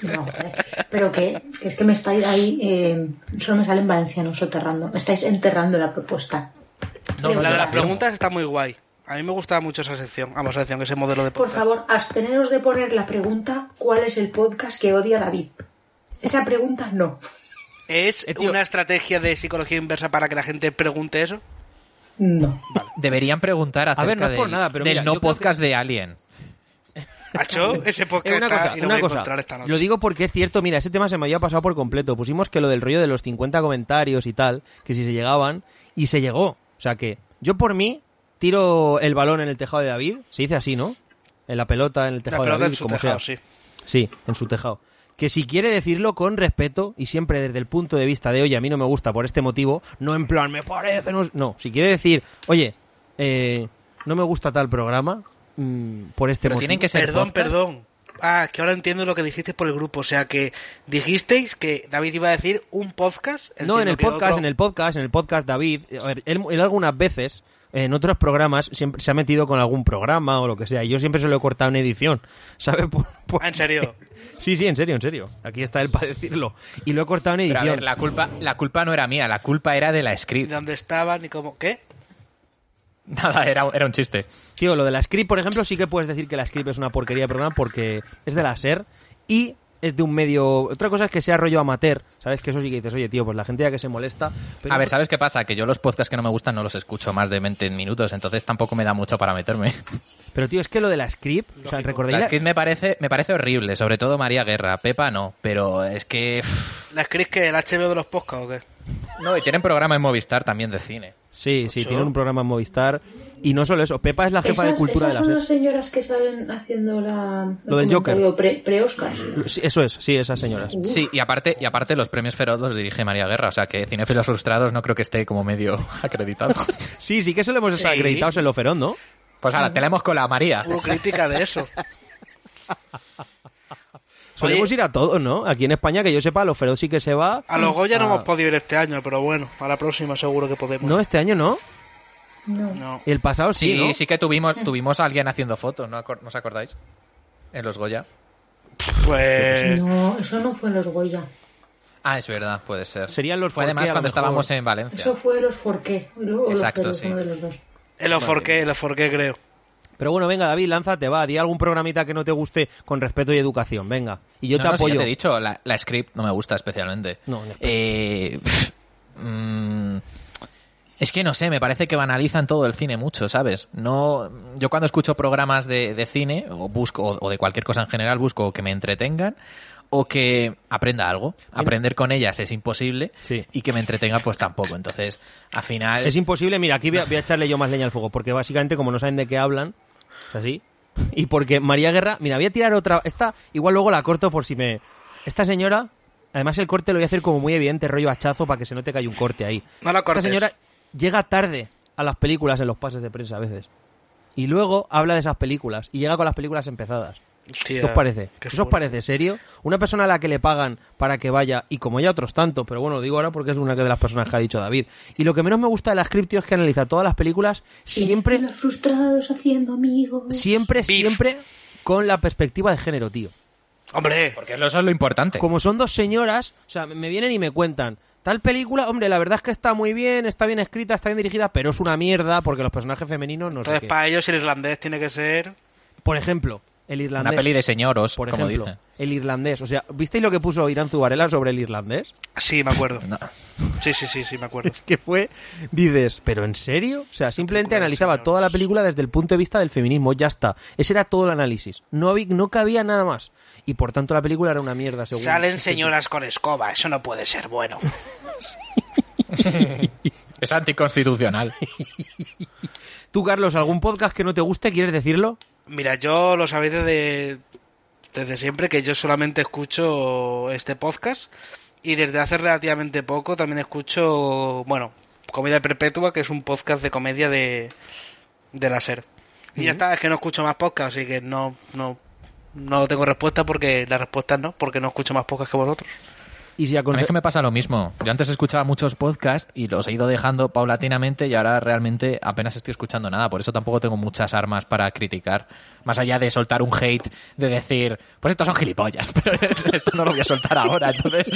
F: No, joder. pero que, que es que me estáis ahí, eh, solo me salen valencianos soterrando, me estáis enterrando la propuesta.
C: No, no,
E: La de las
C: no.
E: preguntas está muy guay. A mí me gustaba mucho esa sección, vamos, esa sección, ese modelo de
F: Por
E: podcast.
F: favor, absteneros de poner la pregunta ¿cuál es el podcast que odia David? Esa pregunta no.
E: ¿Es
D: Eh, tío.
E: una estrategia de psicología inversa para que la gente pregunte eso?
F: No.
C: Deberían preguntar acerca
D: ver, no es por
C: del,
D: nada, pero
C: del
D: mira, yo
C: no
D: creo
C: podcast de Alien.
E: ¿Acho? Ese podcast
D: Eh, una
E: está-
D: cosa,
E: y lo
D: una
E: voy a
D: cosa.
E: encontrar esta noche.
D: Lo digo porque es cierto, mira, ese tema se me había pasado por completo. Pusimos que lo del rollo de los 50 comentarios y tal, que si se llegaban, y se llegó. O sea que yo por mí tiro el balón en el tejado de David, se dice así, ¿no? En la pelota, en el
E: La
D: tejado de
E: pelota
D: David,
E: en su
D: como
E: tejado,
D: sea.
E: sí.
D: Sí, en su tejado. Que si quiere decirlo con respeto y siempre desde el punto de vista de, oye, a mí no me gusta por este motivo, no en plan, me parece, no. no, si quiere decir, oye, eh, no me gusta tal programa mm, por este
C: Pero
D: motivo.
C: tienen que ser
E: Perdón,
C: podcast.
E: perdón. Ah, que ahora entiendo lo que dijisteis por el grupo. O sea, que dijisteis que David iba a decir un podcast.
D: No, en
E: entiendo
D: el
E: que
D: podcast,
E: otro-
D: en el podcast, en el podcast David, a ver, él, él algunas veces en otros programas siempre se ha metido con algún programa o lo que sea. y Yo siempre se lo he cortado en edición, ¿sabes? Por- por-
E: Ah, en serio.
D: Sí, sí, en serio, en serio. Aquí está él para decirlo. Y lo he cortado en
C: Pero
D: edición.
C: a ver, la culpa, la culpa no era mía, la culpa era de la
E: Ni
C: script.
E: dónde estaba, ni cómo. ¿Qué?
C: Nada, era, era un chiste.
D: Tío, lo de la script, por ejemplo, sí que puedes decir que la script es una porquería de programa porque es de la SER y es de un medio... Otra cosa es que sea rollo amateur, ¿sabes? Que eso sí que dices, oye, tío, pues la gente ya que se molesta... pero-
C: A ver, ¿sabes qué pasa? Que yo los podcasts que no me gustan no los escucho más de 20 minutos, entonces tampoco me da mucho para meterme.
D: Pero, tío, es que lo de la script, o sea, recordáis...
C: La
D: la-
C: script me parece, me parece horrible, sobre todo María Guerra. Pepa no, pero es que. uff,
E: ¿La crees que el HBO de los podcasts o qué?
C: No, y tienen programa en Movistar también de cine.
D: Sí, sí,
E: Ocho.
D: tiene un programa en Movistar. Y no solo eso, Pepa es la jefa de
F: Esas,
D: cultura
F: esas
D: de
F: son
D: la
F: las señoras que salen haciendo la,
D: Lo del
F: el
D: Joker.
F: comentario pre- pre-Oscar.
D: SER. Sí, Eso es, sí, esas señoras.
F: Uf.
C: Sí, y aparte, y aparte los premios Feroz los dirige María Guerra, o sea que Cinefilos Frustrados no creo que esté como medio acreditado.
D: Sí, sí que se lo hemos
E: Sí.
D: acreditado en lo ferón, ¿no?
C: Pues ahora, te la hemos con la María.
E: Hubo crítica de eso.
D: Solemos
E: Oye.
D: ir a todos, ¿no? Aquí en España, que yo sepa, lo ferón sí que se va.
E: A los Goya no
D: Ah.
E: hemos podido ir este año, pero bueno, a la próxima seguro que podemos.
D: No, este año no.
F: No.
E: No.
D: El pasado sí,
C: Sí,
D: ¿no?
C: sí, que tuvimos, tuvimos a alguien haciendo fotos, ¿no, acor- ¿no os acordáis? En los Goya.
E: Pues.
F: No, eso no fue en los Goya.
C: Ah, es verdad, puede ser.
D: Serían los
C: Fue
D: Forqué,
C: además
D: a lo
C: cuando
D: mejor.
C: estábamos en Valencia.
F: Eso fue los Forqué. o los
C: Exacto,
F: Feroz,
C: sí.
F: uno de los dos.
E: El Oforqué, el Oforqué creo.
D: Pero bueno, venga, David, lánzate, va. Di algún programita que no te guste con respeto y educación, venga. Y yo
C: No,
D: te
C: no, si
D: apoyo.
C: ya te he dicho, la, la script no me gusta especialmente.
D: No, no.
C: Eh, pf, mm, es que no sé, me parece que banalizan todo el cine mucho, ¿sabes? No, yo cuando escucho programas de, de cine o busco o, o de cualquier cosa en general busco que me entretengan o que aprenda algo. Aprender con ellas es imposible
D: Sí.
C: y que me entretenga pues tampoco. Entonces, al final
D: Es imposible, mira, aquí voy a, voy a echarle yo más leña al fuego, porque básicamente como no saben de qué hablan, es así. Y porque María Guerra, mira, voy a tirar otra, esta igual luego la corto por si me... Esta señora, además el corte lo voy a hacer como muy evidente, rollo hachazo, para que se note que hay un corte ahí.
E: No la cortes.
D: Esta señora llega tarde a las películas en los pases de prensa a veces. Y luego habla de esas películas y llega con las películas empezadas.
E: Hostia,
D: ¿Qué os parece?
E: qué
D: ¿Eso
E: fuerte.
D: os parece serio? Una persona a la que le pagan para que vaya, y como ya otros tantos, pero bueno, lo digo ahora porque es una de las personas que ha dicho David. Y lo que menos me gusta de las criptio es que analiza todas las películas siempre,
F: Los frustrados haciendo amigos.
D: siempre,
E: Beef.
D: siempre con la perspectiva de género, tío.
E: Hombre,
C: porque eso es lo importante.
D: Como son dos señoras, o sea, me vienen y me cuentan. Tal película, hombre, la verdad es que está muy bien, está bien escrita, está bien dirigida, pero es una mierda porque los personajes femeninos no sé
E: entonces
D: qué.
E: para ellos el irlandés tiene que ser.
D: Por ejemplo, el irlandés.
C: Una peli de señoros,
D: por
C: como
D: ejemplo,
C: dicen.
D: el irlandés. O sea, ¿visteis lo que puso Irán Zubarela sobre el irlandés?
E: Sí, me acuerdo. Sí, sí, sí, sí, me acuerdo.
D: que fue, dices, ¿pero en serio? O sea, simplemente
E: película del
D: analizaba
E: señor.
D: toda la película desde el punto de vista del feminismo, ya está. Ese era todo el análisis. No, había, no cabía nada más. Y por tanto la película era una mierda, según. este
E: Salen señoras con escoba, eso no puede ser bueno.
C: Es anticonstitucional.
D: Tú, Carlos, ¿algún podcast que no te guste quieres decirlo?
E: Mira, yo lo sabéis desde, desde siempre que yo solamente escucho este podcast y desde hace relativamente poco también escucho, bueno, Comedia Perpetua, que es un podcast de comedia de, de la SER. Y ya está, es que no escucho más podcast, así que no, no, no tengo respuesta porque la respuesta es no, porque no escucho más podcast que vosotros.
D: Y si
C: A mí
D: aconse-
C: es que me pasa lo mismo. Yo antes escuchaba muchos podcasts y los he ido dejando paulatinamente y ahora realmente apenas estoy escuchando nada. Por eso tampoco tengo muchas armas para criticar. Más allá de soltar un hate, de decir, pues estos son gilipollas, pero esto no lo voy a soltar ahora. Entonces,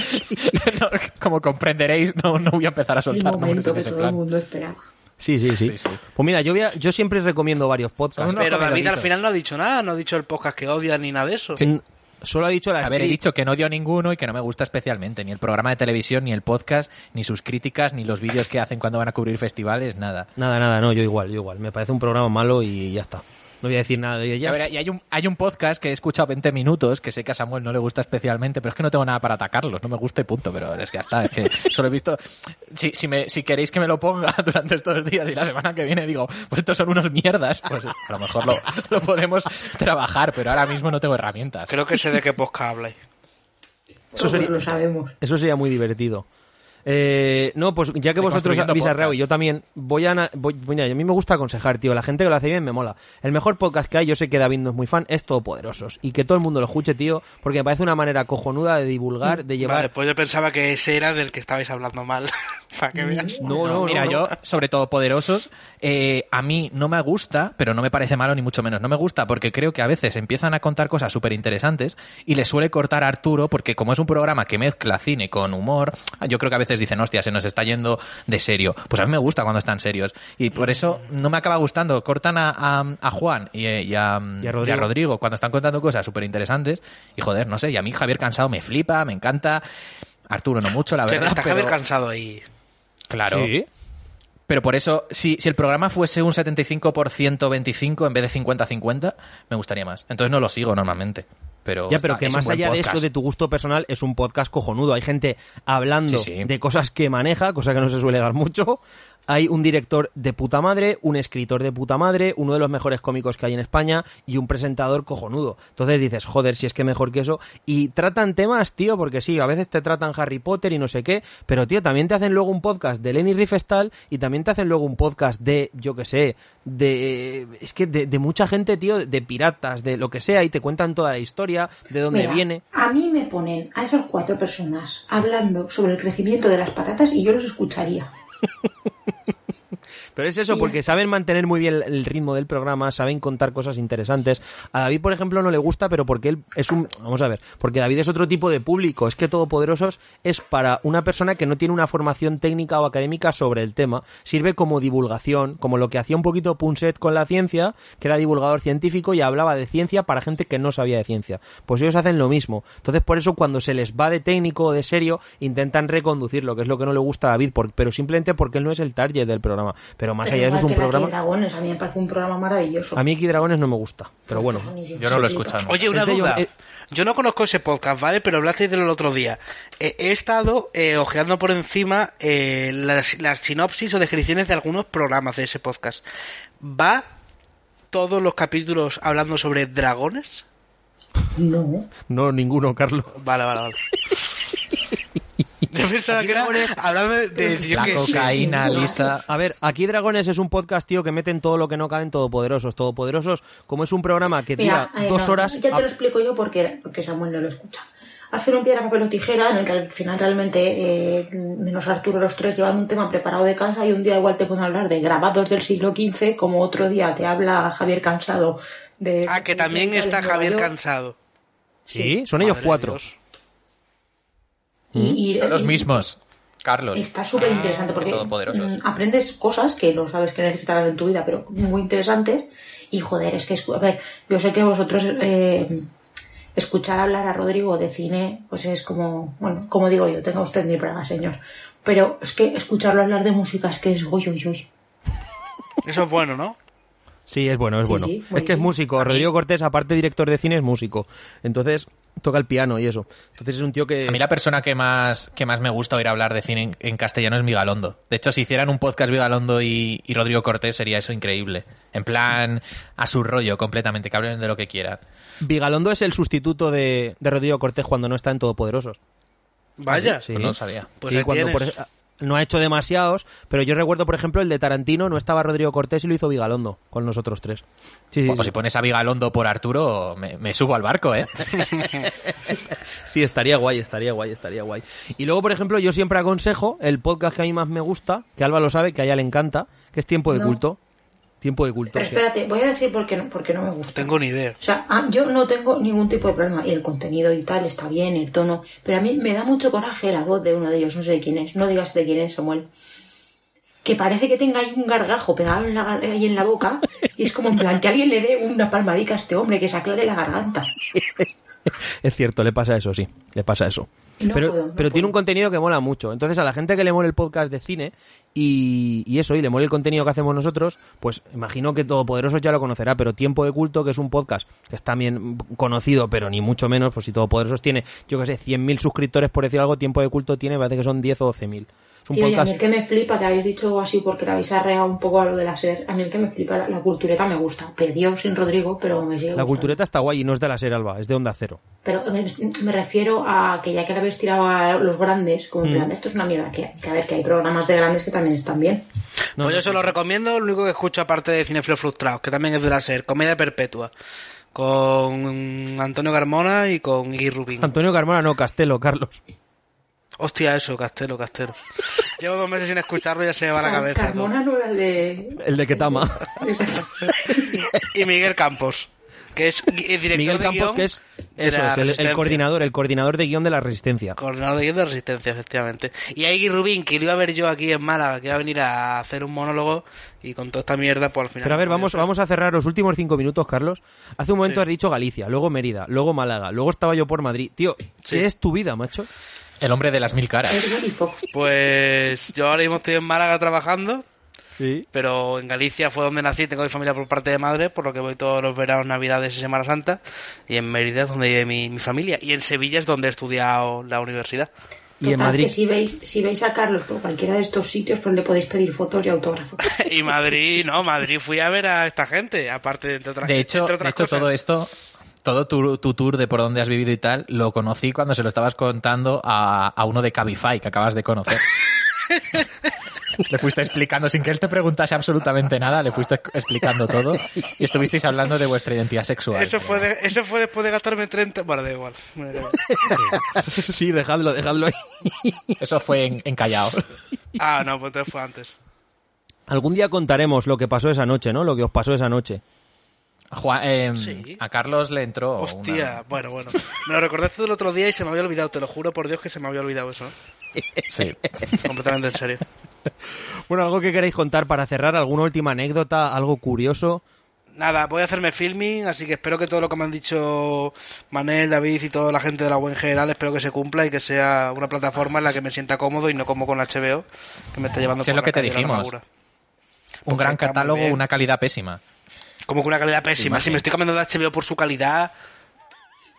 C: no, como comprenderéis, no, no voy a empezar a
F: El
C: soltar nombres
F: momento
C: en
F: que
C: ese
F: todo el
C: plan.
F: mundo esperaba.
D: Sí, sí, sí,
C: Sí, sí.
D: Pues mira, yo, voy a- yo siempre recomiendo varios podcasts.
C: Son unos
E: Pero David al
C: comedianitos.
E: final no ha dicho nada, no ha dicho el podcast que odia ni nada de eso.
D: N- Solo ha dicho la
C: A ver, he
D: script.
C: dicho que no odio ninguno y que no me gusta especialmente. Ni el programa de televisión, ni el podcast, ni sus críticas, ni los vídeos que hacen cuando van a cubrir festivales, nada.
D: Nada, nada, no, yo igual, yo igual. Me parece un programa malo y ya está. No voy a decir nada de ello.
C: Y, a ver, y hay, un, hay un podcast que he escuchado 20 minutos, que sé que a Samuel no le gusta especialmente, pero es que no tengo nada para atacarlos, no me gusta y punto, pero es que ya está, es que solo he visto... Si, si, me, si queréis que me lo ponga durante estos días y la semana que viene digo, pues estos son unos mierdas, pues a lo mejor lo, lo podemos trabajar, pero ahora mismo no tengo herramientas.
E: Creo que sé de qué podcast habláis.
D: Eso sería-
F: Todos lo sabemos.
D: Eso sería muy divertido. Eh, no, pues ya que vosotros
C: Reconstruyendo
D: avisas Raúl,
C: podcast.
D: y yo también voy a... na- voy- mira, a mí me gusta aconsejar, tío. La gente que lo hace bien me mola. El mejor podcast que hay, yo sé que David no es muy fan, es Todopoderosos. Y que todo el mundo lo escuche, tío, porque me parece una manera cojonuda de
C: Mm.
D: divulgar, de llevar...
E: Vale, pues yo pensaba que ese era del que estabais hablando mal. Para que veas.
D: No, no, no,
C: Mira,
D: no.
C: yo, sobre todo poderosos, eh, a mí no me gusta, pero no me parece malo ni mucho menos. No me gusta porque creo que a veces empiezan a contar cosas súper interesantes y le suele cortar a Arturo porque como es un programa que mezcla cine con humor, yo creo que a veces dicen, hostia, se nos está yendo de serio. Pues a mí me gusta cuando están serios y por eso no me acaba gustando. Cortan a, a- a Juan y, eh, y a,
D: Y a Rodrigo.
C: Rodrigo cuando están contando cosas súper interesantes y joder, no sé, y a mí Javier Cansado me flipa, me encanta. Arturo no mucho, la
E: Pero
C: verdad.
E: está
C: pero-
E: Javier cansado ahí.
C: Claro.
D: Sí.
C: Pero por eso, si, si el programa fuese un 75% 25 en vez de 50-50, me gustaría más. Entonces no lo sigo normalmente. Pero
D: Ya, pero
C: está-
D: que
C: es un
D: más
C: buen
D: allá de
C: podcast.
D: eso, de tu gusto personal, es un podcast cojonudo. Hay gente hablando
C: Sí, sí.
D: de cosas que maneja, cosa que no se suele dar mucho. Hay un director de puta madre, un escritor de puta madre, uno de los mejores cómicos que hay en España y un presentador cojonudo. Entonces dices, joder, si es que mejor que eso. Y tratan temas, tío, porque sí, a veces te tratan Harry Potter y no sé qué, pero tío, también te hacen luego un podcast de Lenny Riefenstahl y también te hacen luego un podcast de, yo qué sé, de... Es que de, de mucha gente, tío, de piratas, de lo que sea, y te cuentan toda la historia, de dónde
F: Mira,
D: viene.
F: A mí me ponen a esas cuatro personas hablando sobre el crecimiento de las patatas y yo los escucharía.
D: Pero es eso,
F: Y-
D: porque saben mantener muy bien el- el ritmo del programa, saben contar cosas interesantes. A David, por ejemplo, no le gusta, pero porque él es un... Vamos a ver, porque David es otro tipo de público. Es que Todopoderosos es para una persona que no tiene una formación técnica o académica sobre el tema. Sirve como divulgación, como lo que hacía un poquito Punset con la ciencia, que era divulgador científico y hablaba de ciencia para gente que no sabía de ciencia. Pues ellos hacen lo mismo. Entonces, por eso cuando se les va de técnico o de serio, intentan reconducirlo, que es lo que no le gusta a David, por- pero simplemente porque él no es el target del programa. Pero más
F: Pero
D: allá de eso
F: igual
D: es un
F: que la
D: programa...
F: Tierra Dragones, a mí me parece un programa maravilloso.
D: A mí aquí Dragones no me gusta, pero bueno.
C: Yo no lo he escuchado.
E: Oye, una
D: Es de
E: duda.
D: John- eh-
E: Yo no conozco ese podcast, ¿vale? Pero hablasteis del otro día. Eh, he estado eh, ojeando por encima eh, las, las sinopsis o descripciones de algunos programas de ese podcast. ¿Va todos los capítulos hablando sobre dragones?
F: No.
D: No, ninguno, Carlos.
E: Vale, vale, vale. Yo pensaba que era hablando de, de- yo
C: La
E: qué sé.
C: cocaína, Lisa.
D: A ver, aquí Dragones es un podcast, tío, que meten todo lo que no cabe en Todopoderosos. Todopoderosos, como es un programa que
F: Mira,
D: tira
F: eh,
D: dos
F: no,
D: horas...
F: Ya te
D: a-
F: lo explico yo porque, porque Samuel no lo escucha. Hacer un piedra, papel o tijera en el que al final realmente, eh, menos Arturo, los tres llevan un tema preparado de casa y un día igual te pueden hablar de grabados del siglo XV, como otro día te habla Javier Cansado de.
E: Ah, que también
F: de-
E: está
F: de
E: Javier
F: Nueva York.
E: Cansado.
D: Sí, son ellos
E: Madre de
D: cuatro.
E: Dios.
F: Y, y-
C: Son los
F: y-
C: mismos, Carlos.
F: Está súper interesante porque
C: Todopoderosos.
F: mm, aprendes cosas que no sabes que necesitabas en tu vida, pero muy interesantes. Y joder, es que, es- a ver, yo sé que vosotros eh, escuchar hablar a Rodrigo de cine, pues es como, bueno, como digo yo, tenga usted mi praga, señor. Pero es que escucharlo hablar de música es que es uy, uy, uy.
E: Eso es bueno, ¿no?
D: ¿Ah, Sí, es bueno, es
F: Sí,
D: bueno.
F: sí,
D: es que es
F: buenísimo.
D: músico. Rodrigo Cortés, aparte director de cine, es músico. Entonces, toca el piano y eso. Entonces es un tío que...
C: A mí la persona que más, que más me gusta oír hablar de cine en, en castellano es Migalondo. De hecho, si hicieran un podcast Migalondo y, y Rodrigo Cortés sería eso increíble. En plan, a su rollo completamente, que hablen de lo que quieran.
D: Vigalondo es el sustituto de, de Rodrigo Cortés cuando no está en Todopoderosos.
E: Vaya.
D: Sí.
C: Pues no lo sabía.
E: Pues
D: Sí,
E: ahí
D: cuando por- ah,
E: tienes.
D: no ha hecho demasiados, pero yo recuerdo, por ejemplo, el de Tarantino, no estaba Rodrigo Cortés y lo hizo Vigalondo con nosotros tres. Sí, sí,
C: Bueno,
D: sí.
C: Pues, si pones a Vigalondo por Arturo, me, me subo al barco, ¿eh?
D: Sí, estaría guay, estaría guay, estaría guay. Y luego, por ejemplo, yo siempre aconsejo el podcast que a mí más me gusta, que Alba lo sabe, que a ella le encanta, que es Tiempo de
F: No.
D: Culto. Tiempo de Culto.
F: Pero
D: sí.
F: espérate, voy a decir por qué no, por qué no me gusta.
E: Tengo ni idea.
F: O sea, ah, yo no tengo ningún tipo de problema. Y el contenido y tal está bien, el tono. Pero a mí me da mucho coraje la voz de uno de ellos. No sé de quién es. No digas de quién es, Samuel. Que parece que tenga ahí un gargajo pegado en la, gar- ahí en la boca. Y es como en plan que alguien le dé una palmadica a este hombre, que se aclare la garganta.
D: Es cierto, le pasa eso, sí, le pasa eso.
F: No
D: pero
F: puedo, no
D: pero tiene
F: puedo.
D: un contenido que mola mucho. Entonces, a la gente que le mola el podcast de cine y, y eso, y le mola el contenido que hacemos nosotros, pues imagino que Todopoderosos ya lo conocerá, pero Tiempo de Culto, que es un podcast que es también conocido, pero ni mucho menos, pues si Todopoderosos tiene, yo qué sé, 100.000 suscriptores, por decir algo, Tiempo de Culto tiene, parece que son 10 o 12.000. Es un
F: Tío, y a mí
D: podcast.
F: el que me flipa, que habéis dicho así porque la habéis arreado un poco a lo de la SER, a mí el que me flipa, la, la cultureta me gusta. Perdió sin Rodrigo, pero me sigue
D: La
F: gustando.
D: cultureta está guay y no es de la ser Alba, es de Onda Cero.
F: Pero me, me refiero a que ya que la habéis tirado a los grandes, como en
D: Mm.
F: plan, esto es una mierda, que, que a ver, que hay programas de grandes que también están bien.
D: No,
E: pues yo
D: no,
E: se
D: no.
E: lo recomiendo, lo único que escucho aparte de Cinefilos Frustrados, que también es de la SER, Comedia Perpetua, con Antonio Carmona y con Iggy Rubin.
D: Antonio Carmona, no, Castelo, Carlos.
E: Hostia, eso, Castelo, Castelo. Llevo dos meses sin escucharlo y ya se me va la
F: Car-
E: cabeza. ¿no?
F: Carmona no era el de...
D: El de Ketama.
E: Y Miguel Campos, que es gui- eh, director
D: Miguel
E: de
D: Campos,
E: guión
D: que es,
E: de
D: eso
E: La
D: es, el- el,
E: Resistencia.
D: coordinador, el coordinador de guión de la resistencia.
E: Coordinador de guión de Resistencia, efectivamente. Y a Iggy Rubin, que lo iba a ver yo aquí en Málaga, que iba a venir a hacer un monólogo y con toda esta mierda, pues al final...
D: Pero a ver,
E: no pudo
D: vamos,
E: ser.
D: vamos a cerrar los últimos cinco minutos, Carlos. Hace un momento
E: Sí.
D: has dicho Galicia, luego Mérida, luego Málaga, luego estaba yo por Madrid. Tío,
E: Sí.
D: ¿qué es tu vida, macho?
C: El hombre de las mil caras.
F: Es Willy Fox.
E: Pues yo ahora mismo estoy en Málaga trabajando,
D: Sí.
E: pero en Galicia fue donde nací, tengo mi familia por parte de madre, por lo que voy todos los veranos, navidades y Semana Santa, y en Mérida es donde vive mi, mi familia, y en Sevilla es donde he estudiado la universidad.
D: Y en
F: Total,
D: Madrid.
F: que si veis, si veis a Carlos por cualquiera de estos sitios, pues le podéis pedir fotos y autógrafos.
E: Y Madrid, no, Madrid fui a ver a esta gente, aparte de entre otras,
C: De hecho,
E: entre
C: de
E: otras
C: hecho
E: cosas.
C: todo esto, todo tu, tu tour de por dónde has vivido y tal, lo conocí cuando se lo estabas contando a, a uno de Cabify que acabas de conocer. Le fuiste explicando, sin que él te preguntase absolutamente nada, le fuiste explicando todo y estuvisteis hablando de vuestra identidad sexual.
E: Eso fue, de- eso fue después de gastarme 30... Bueno, da igual. me da igual.
D: sí, dejadlo, dejadlo ahí.
C: Eso fue en, en Callao.
E: Ah, no, pues entonces fue antes.
D: Algún día contaremos lo que pasó esa noche, ¿no? Lo que os pasó esa noche.
C: Juan- eh,
E: Sí.
C: A Carlos le entró. Oh, una-
E: Hostia, bueno, bueno. Me lo recordaste el otro día y se me había olvidado, te lo juro por Dios que se me había olvidado eso. ¿eh?
C: Sí.
E: Completamente en serio.
D: Bueno, algo que queréis contar para cerrar, alguna última anécdota, algo curioso.
E: Nada, voy a hacerme filming, así que espero que todo lo que me han dicho Manel, David y toda la gente de la web en general, espero que se cumpla y que sea una plataforma en la que me sienta cómodo y no como con la HBO, que me está llevando
C: Si es
E: por
C: lo
E: la
C: que te
E: calle de la
C: dijimos.
E: amargura.
C: Un gran
E: está muy
C: catálogo,
E: bien.
C: una calidad pésima.
E: Como que una calidad pésima. Si me estoy cambiando de HBO por su calidad,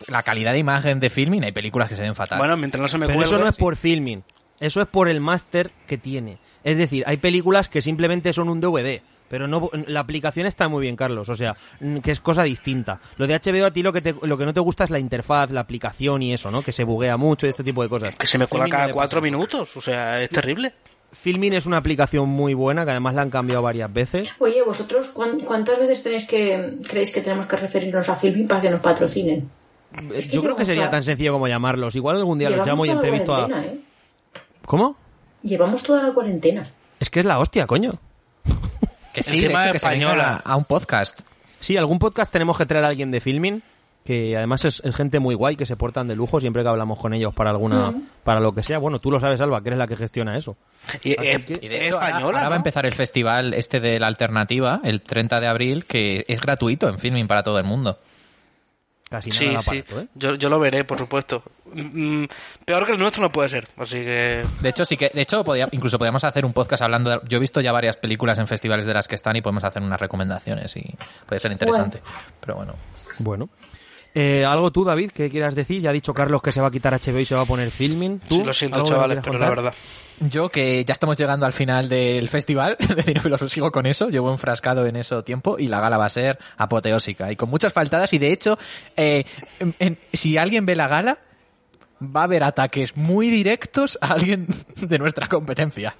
C: La calidad de imagen de filming, hay películas que se ven fatal.
E: bueno, mientras no se me
D: Pero
E: cuelgue...
D: eso no es por filming, eso es por el máster que tiene. Es decir, hay películas que simplemente son un DVD, pero no la aplicación está muy bien, Carlos, o sea, mm, que es cosa distinta. Lo de HBO a ti lo que te- lo que no te gusta es la interfaz, la aplicación y eso, ¿no? Que se buguea mucho y este tipo de cosas.
E: Que se me cuela
D: Filmin no
E: cada
D: le
E: cuatro
D: pasa.
E: minutos, o sea, es terrible.
D: Filmin es una aplicación muy buena que además la han cambiado varias veces.
F: Oye, vosotros, cuán- ¿cuántas veces tenéis que creéis que tenemos que referirnos a Filmin para que nos patrocinen? que
D: Eh, Yo creo
F: llevamos
D: que sería
F: toda-
D: tan sencillo como llamarlos. Igual algún día los
F: Llevamos
D: llamo y
F: toda la
D: entrevisto a
F: cuarentena, ¿eh?
D: ¿Cómo?
F: Llevamos toda la cuarentena.
D: Es que es la hostia, coño.
C: que sí,
E: Encima
C: de hecho, que se
E: española.
C: venga a un podcast.
D: Sí, algún podcast tenemos que traer a alguien de filming, que además es, es gente muy guay, que se portan de lujo siempre que hablamos con ellos para alguna, para lo que sea. Bueno, tú lo sabes, Alba, que eres la que gestiona eso.
E: Y, es,
C: Y de
E: es
C: hecho, ahora-
E: española,
C: ahora, va a
E: ¿no?
C: empezar el festival este de la alternativa, el 30 de abril, que es gratuito en filming para todo el mundo.
D: Casi nada
E: Sí,
D: da para
E: sí.
D: esto, ¿eh?
E: Yo, yo lo veré, por supuesto. Mm, mm, peor que el nuestro no puede ser, así que...
C: De hecho, sí que, de hecho, podía- incluso podríamos hacer un podcast hablando de- yo he visto ya varias películas en festivales de las que están y podemos hacer unas recomendaciones y puede ser interesante. Pero bueno.
D: Bueno. Eh, ¿Algo tú, David, que quieras decir? Ya ha dicho Carlos que se va a quitar HBO y se va a poner filming. ¿Tú?
E: Sí, lo siento,
D: ¿Algo que
E: chavales,
D: quieras
E: pero la
D: contar?
E: verdad.
C: Yo que ya estamos llegando al final del festival de Cinefilos, os sigo con eso, llevo enfrascado en eso tiempo y la gala va a ser apoteósica y con muchas faltadas y de hecho, eh, en- en- si alguien ve la gala, va a haber ataques muy directos a alguien de nuestra competencia.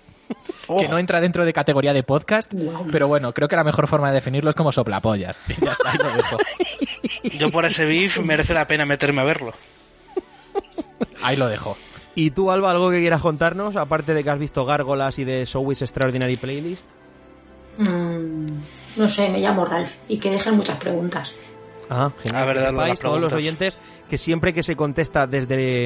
E: Oh.
C: Que no entra dentro de categoría de podcast, pero bueno, creo que la mejor forma de definirlo es como soplapollas. Y Ya está, ahí lo dejo.
E: Yo por ese beef merece la pena meterme a verlo.
C: Ahí lo dejo.
D: ¿Y tú, Alba, algo que quieras contarnos? Aparte de que has visto Gárgolas y de Showbiz Extraordinary Playlist.
F: Mm, no sé, me llamo Ralph. Y que dejen muchas preguntas.
D: Ah, genial.
E: A ver,
D: Que
E: dadlo
D: sepáis,
E: las
D: todos los
E: preguntas.
D: oyentes que siempre que se contesta desde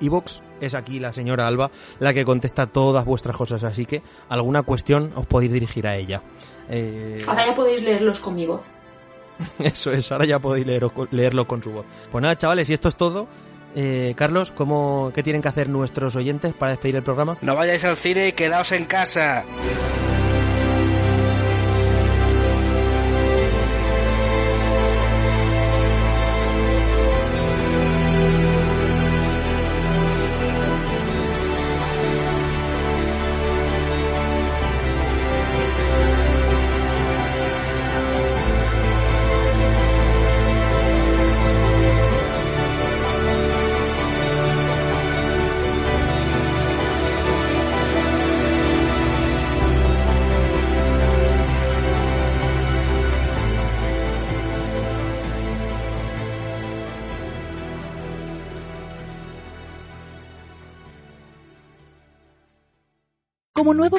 D: Evox es aquí la señora Alba la que contesta todas vuestras cosas, así que alguna cuestión os podéis dirigir a ella. Eh,
F: Ahora ya podéis leerlos con mi voz.
D: eso es, ahora ya podéis leer- leerlo con su voz. Pues nada, chavales, y esto es todo. Eh, Carlos, ¿cómo, ¿qué tienen que hacer nuestros oyentes para despedir el programa?
E: No vayáis al cine y quedaos en casa.
G: Como nuevo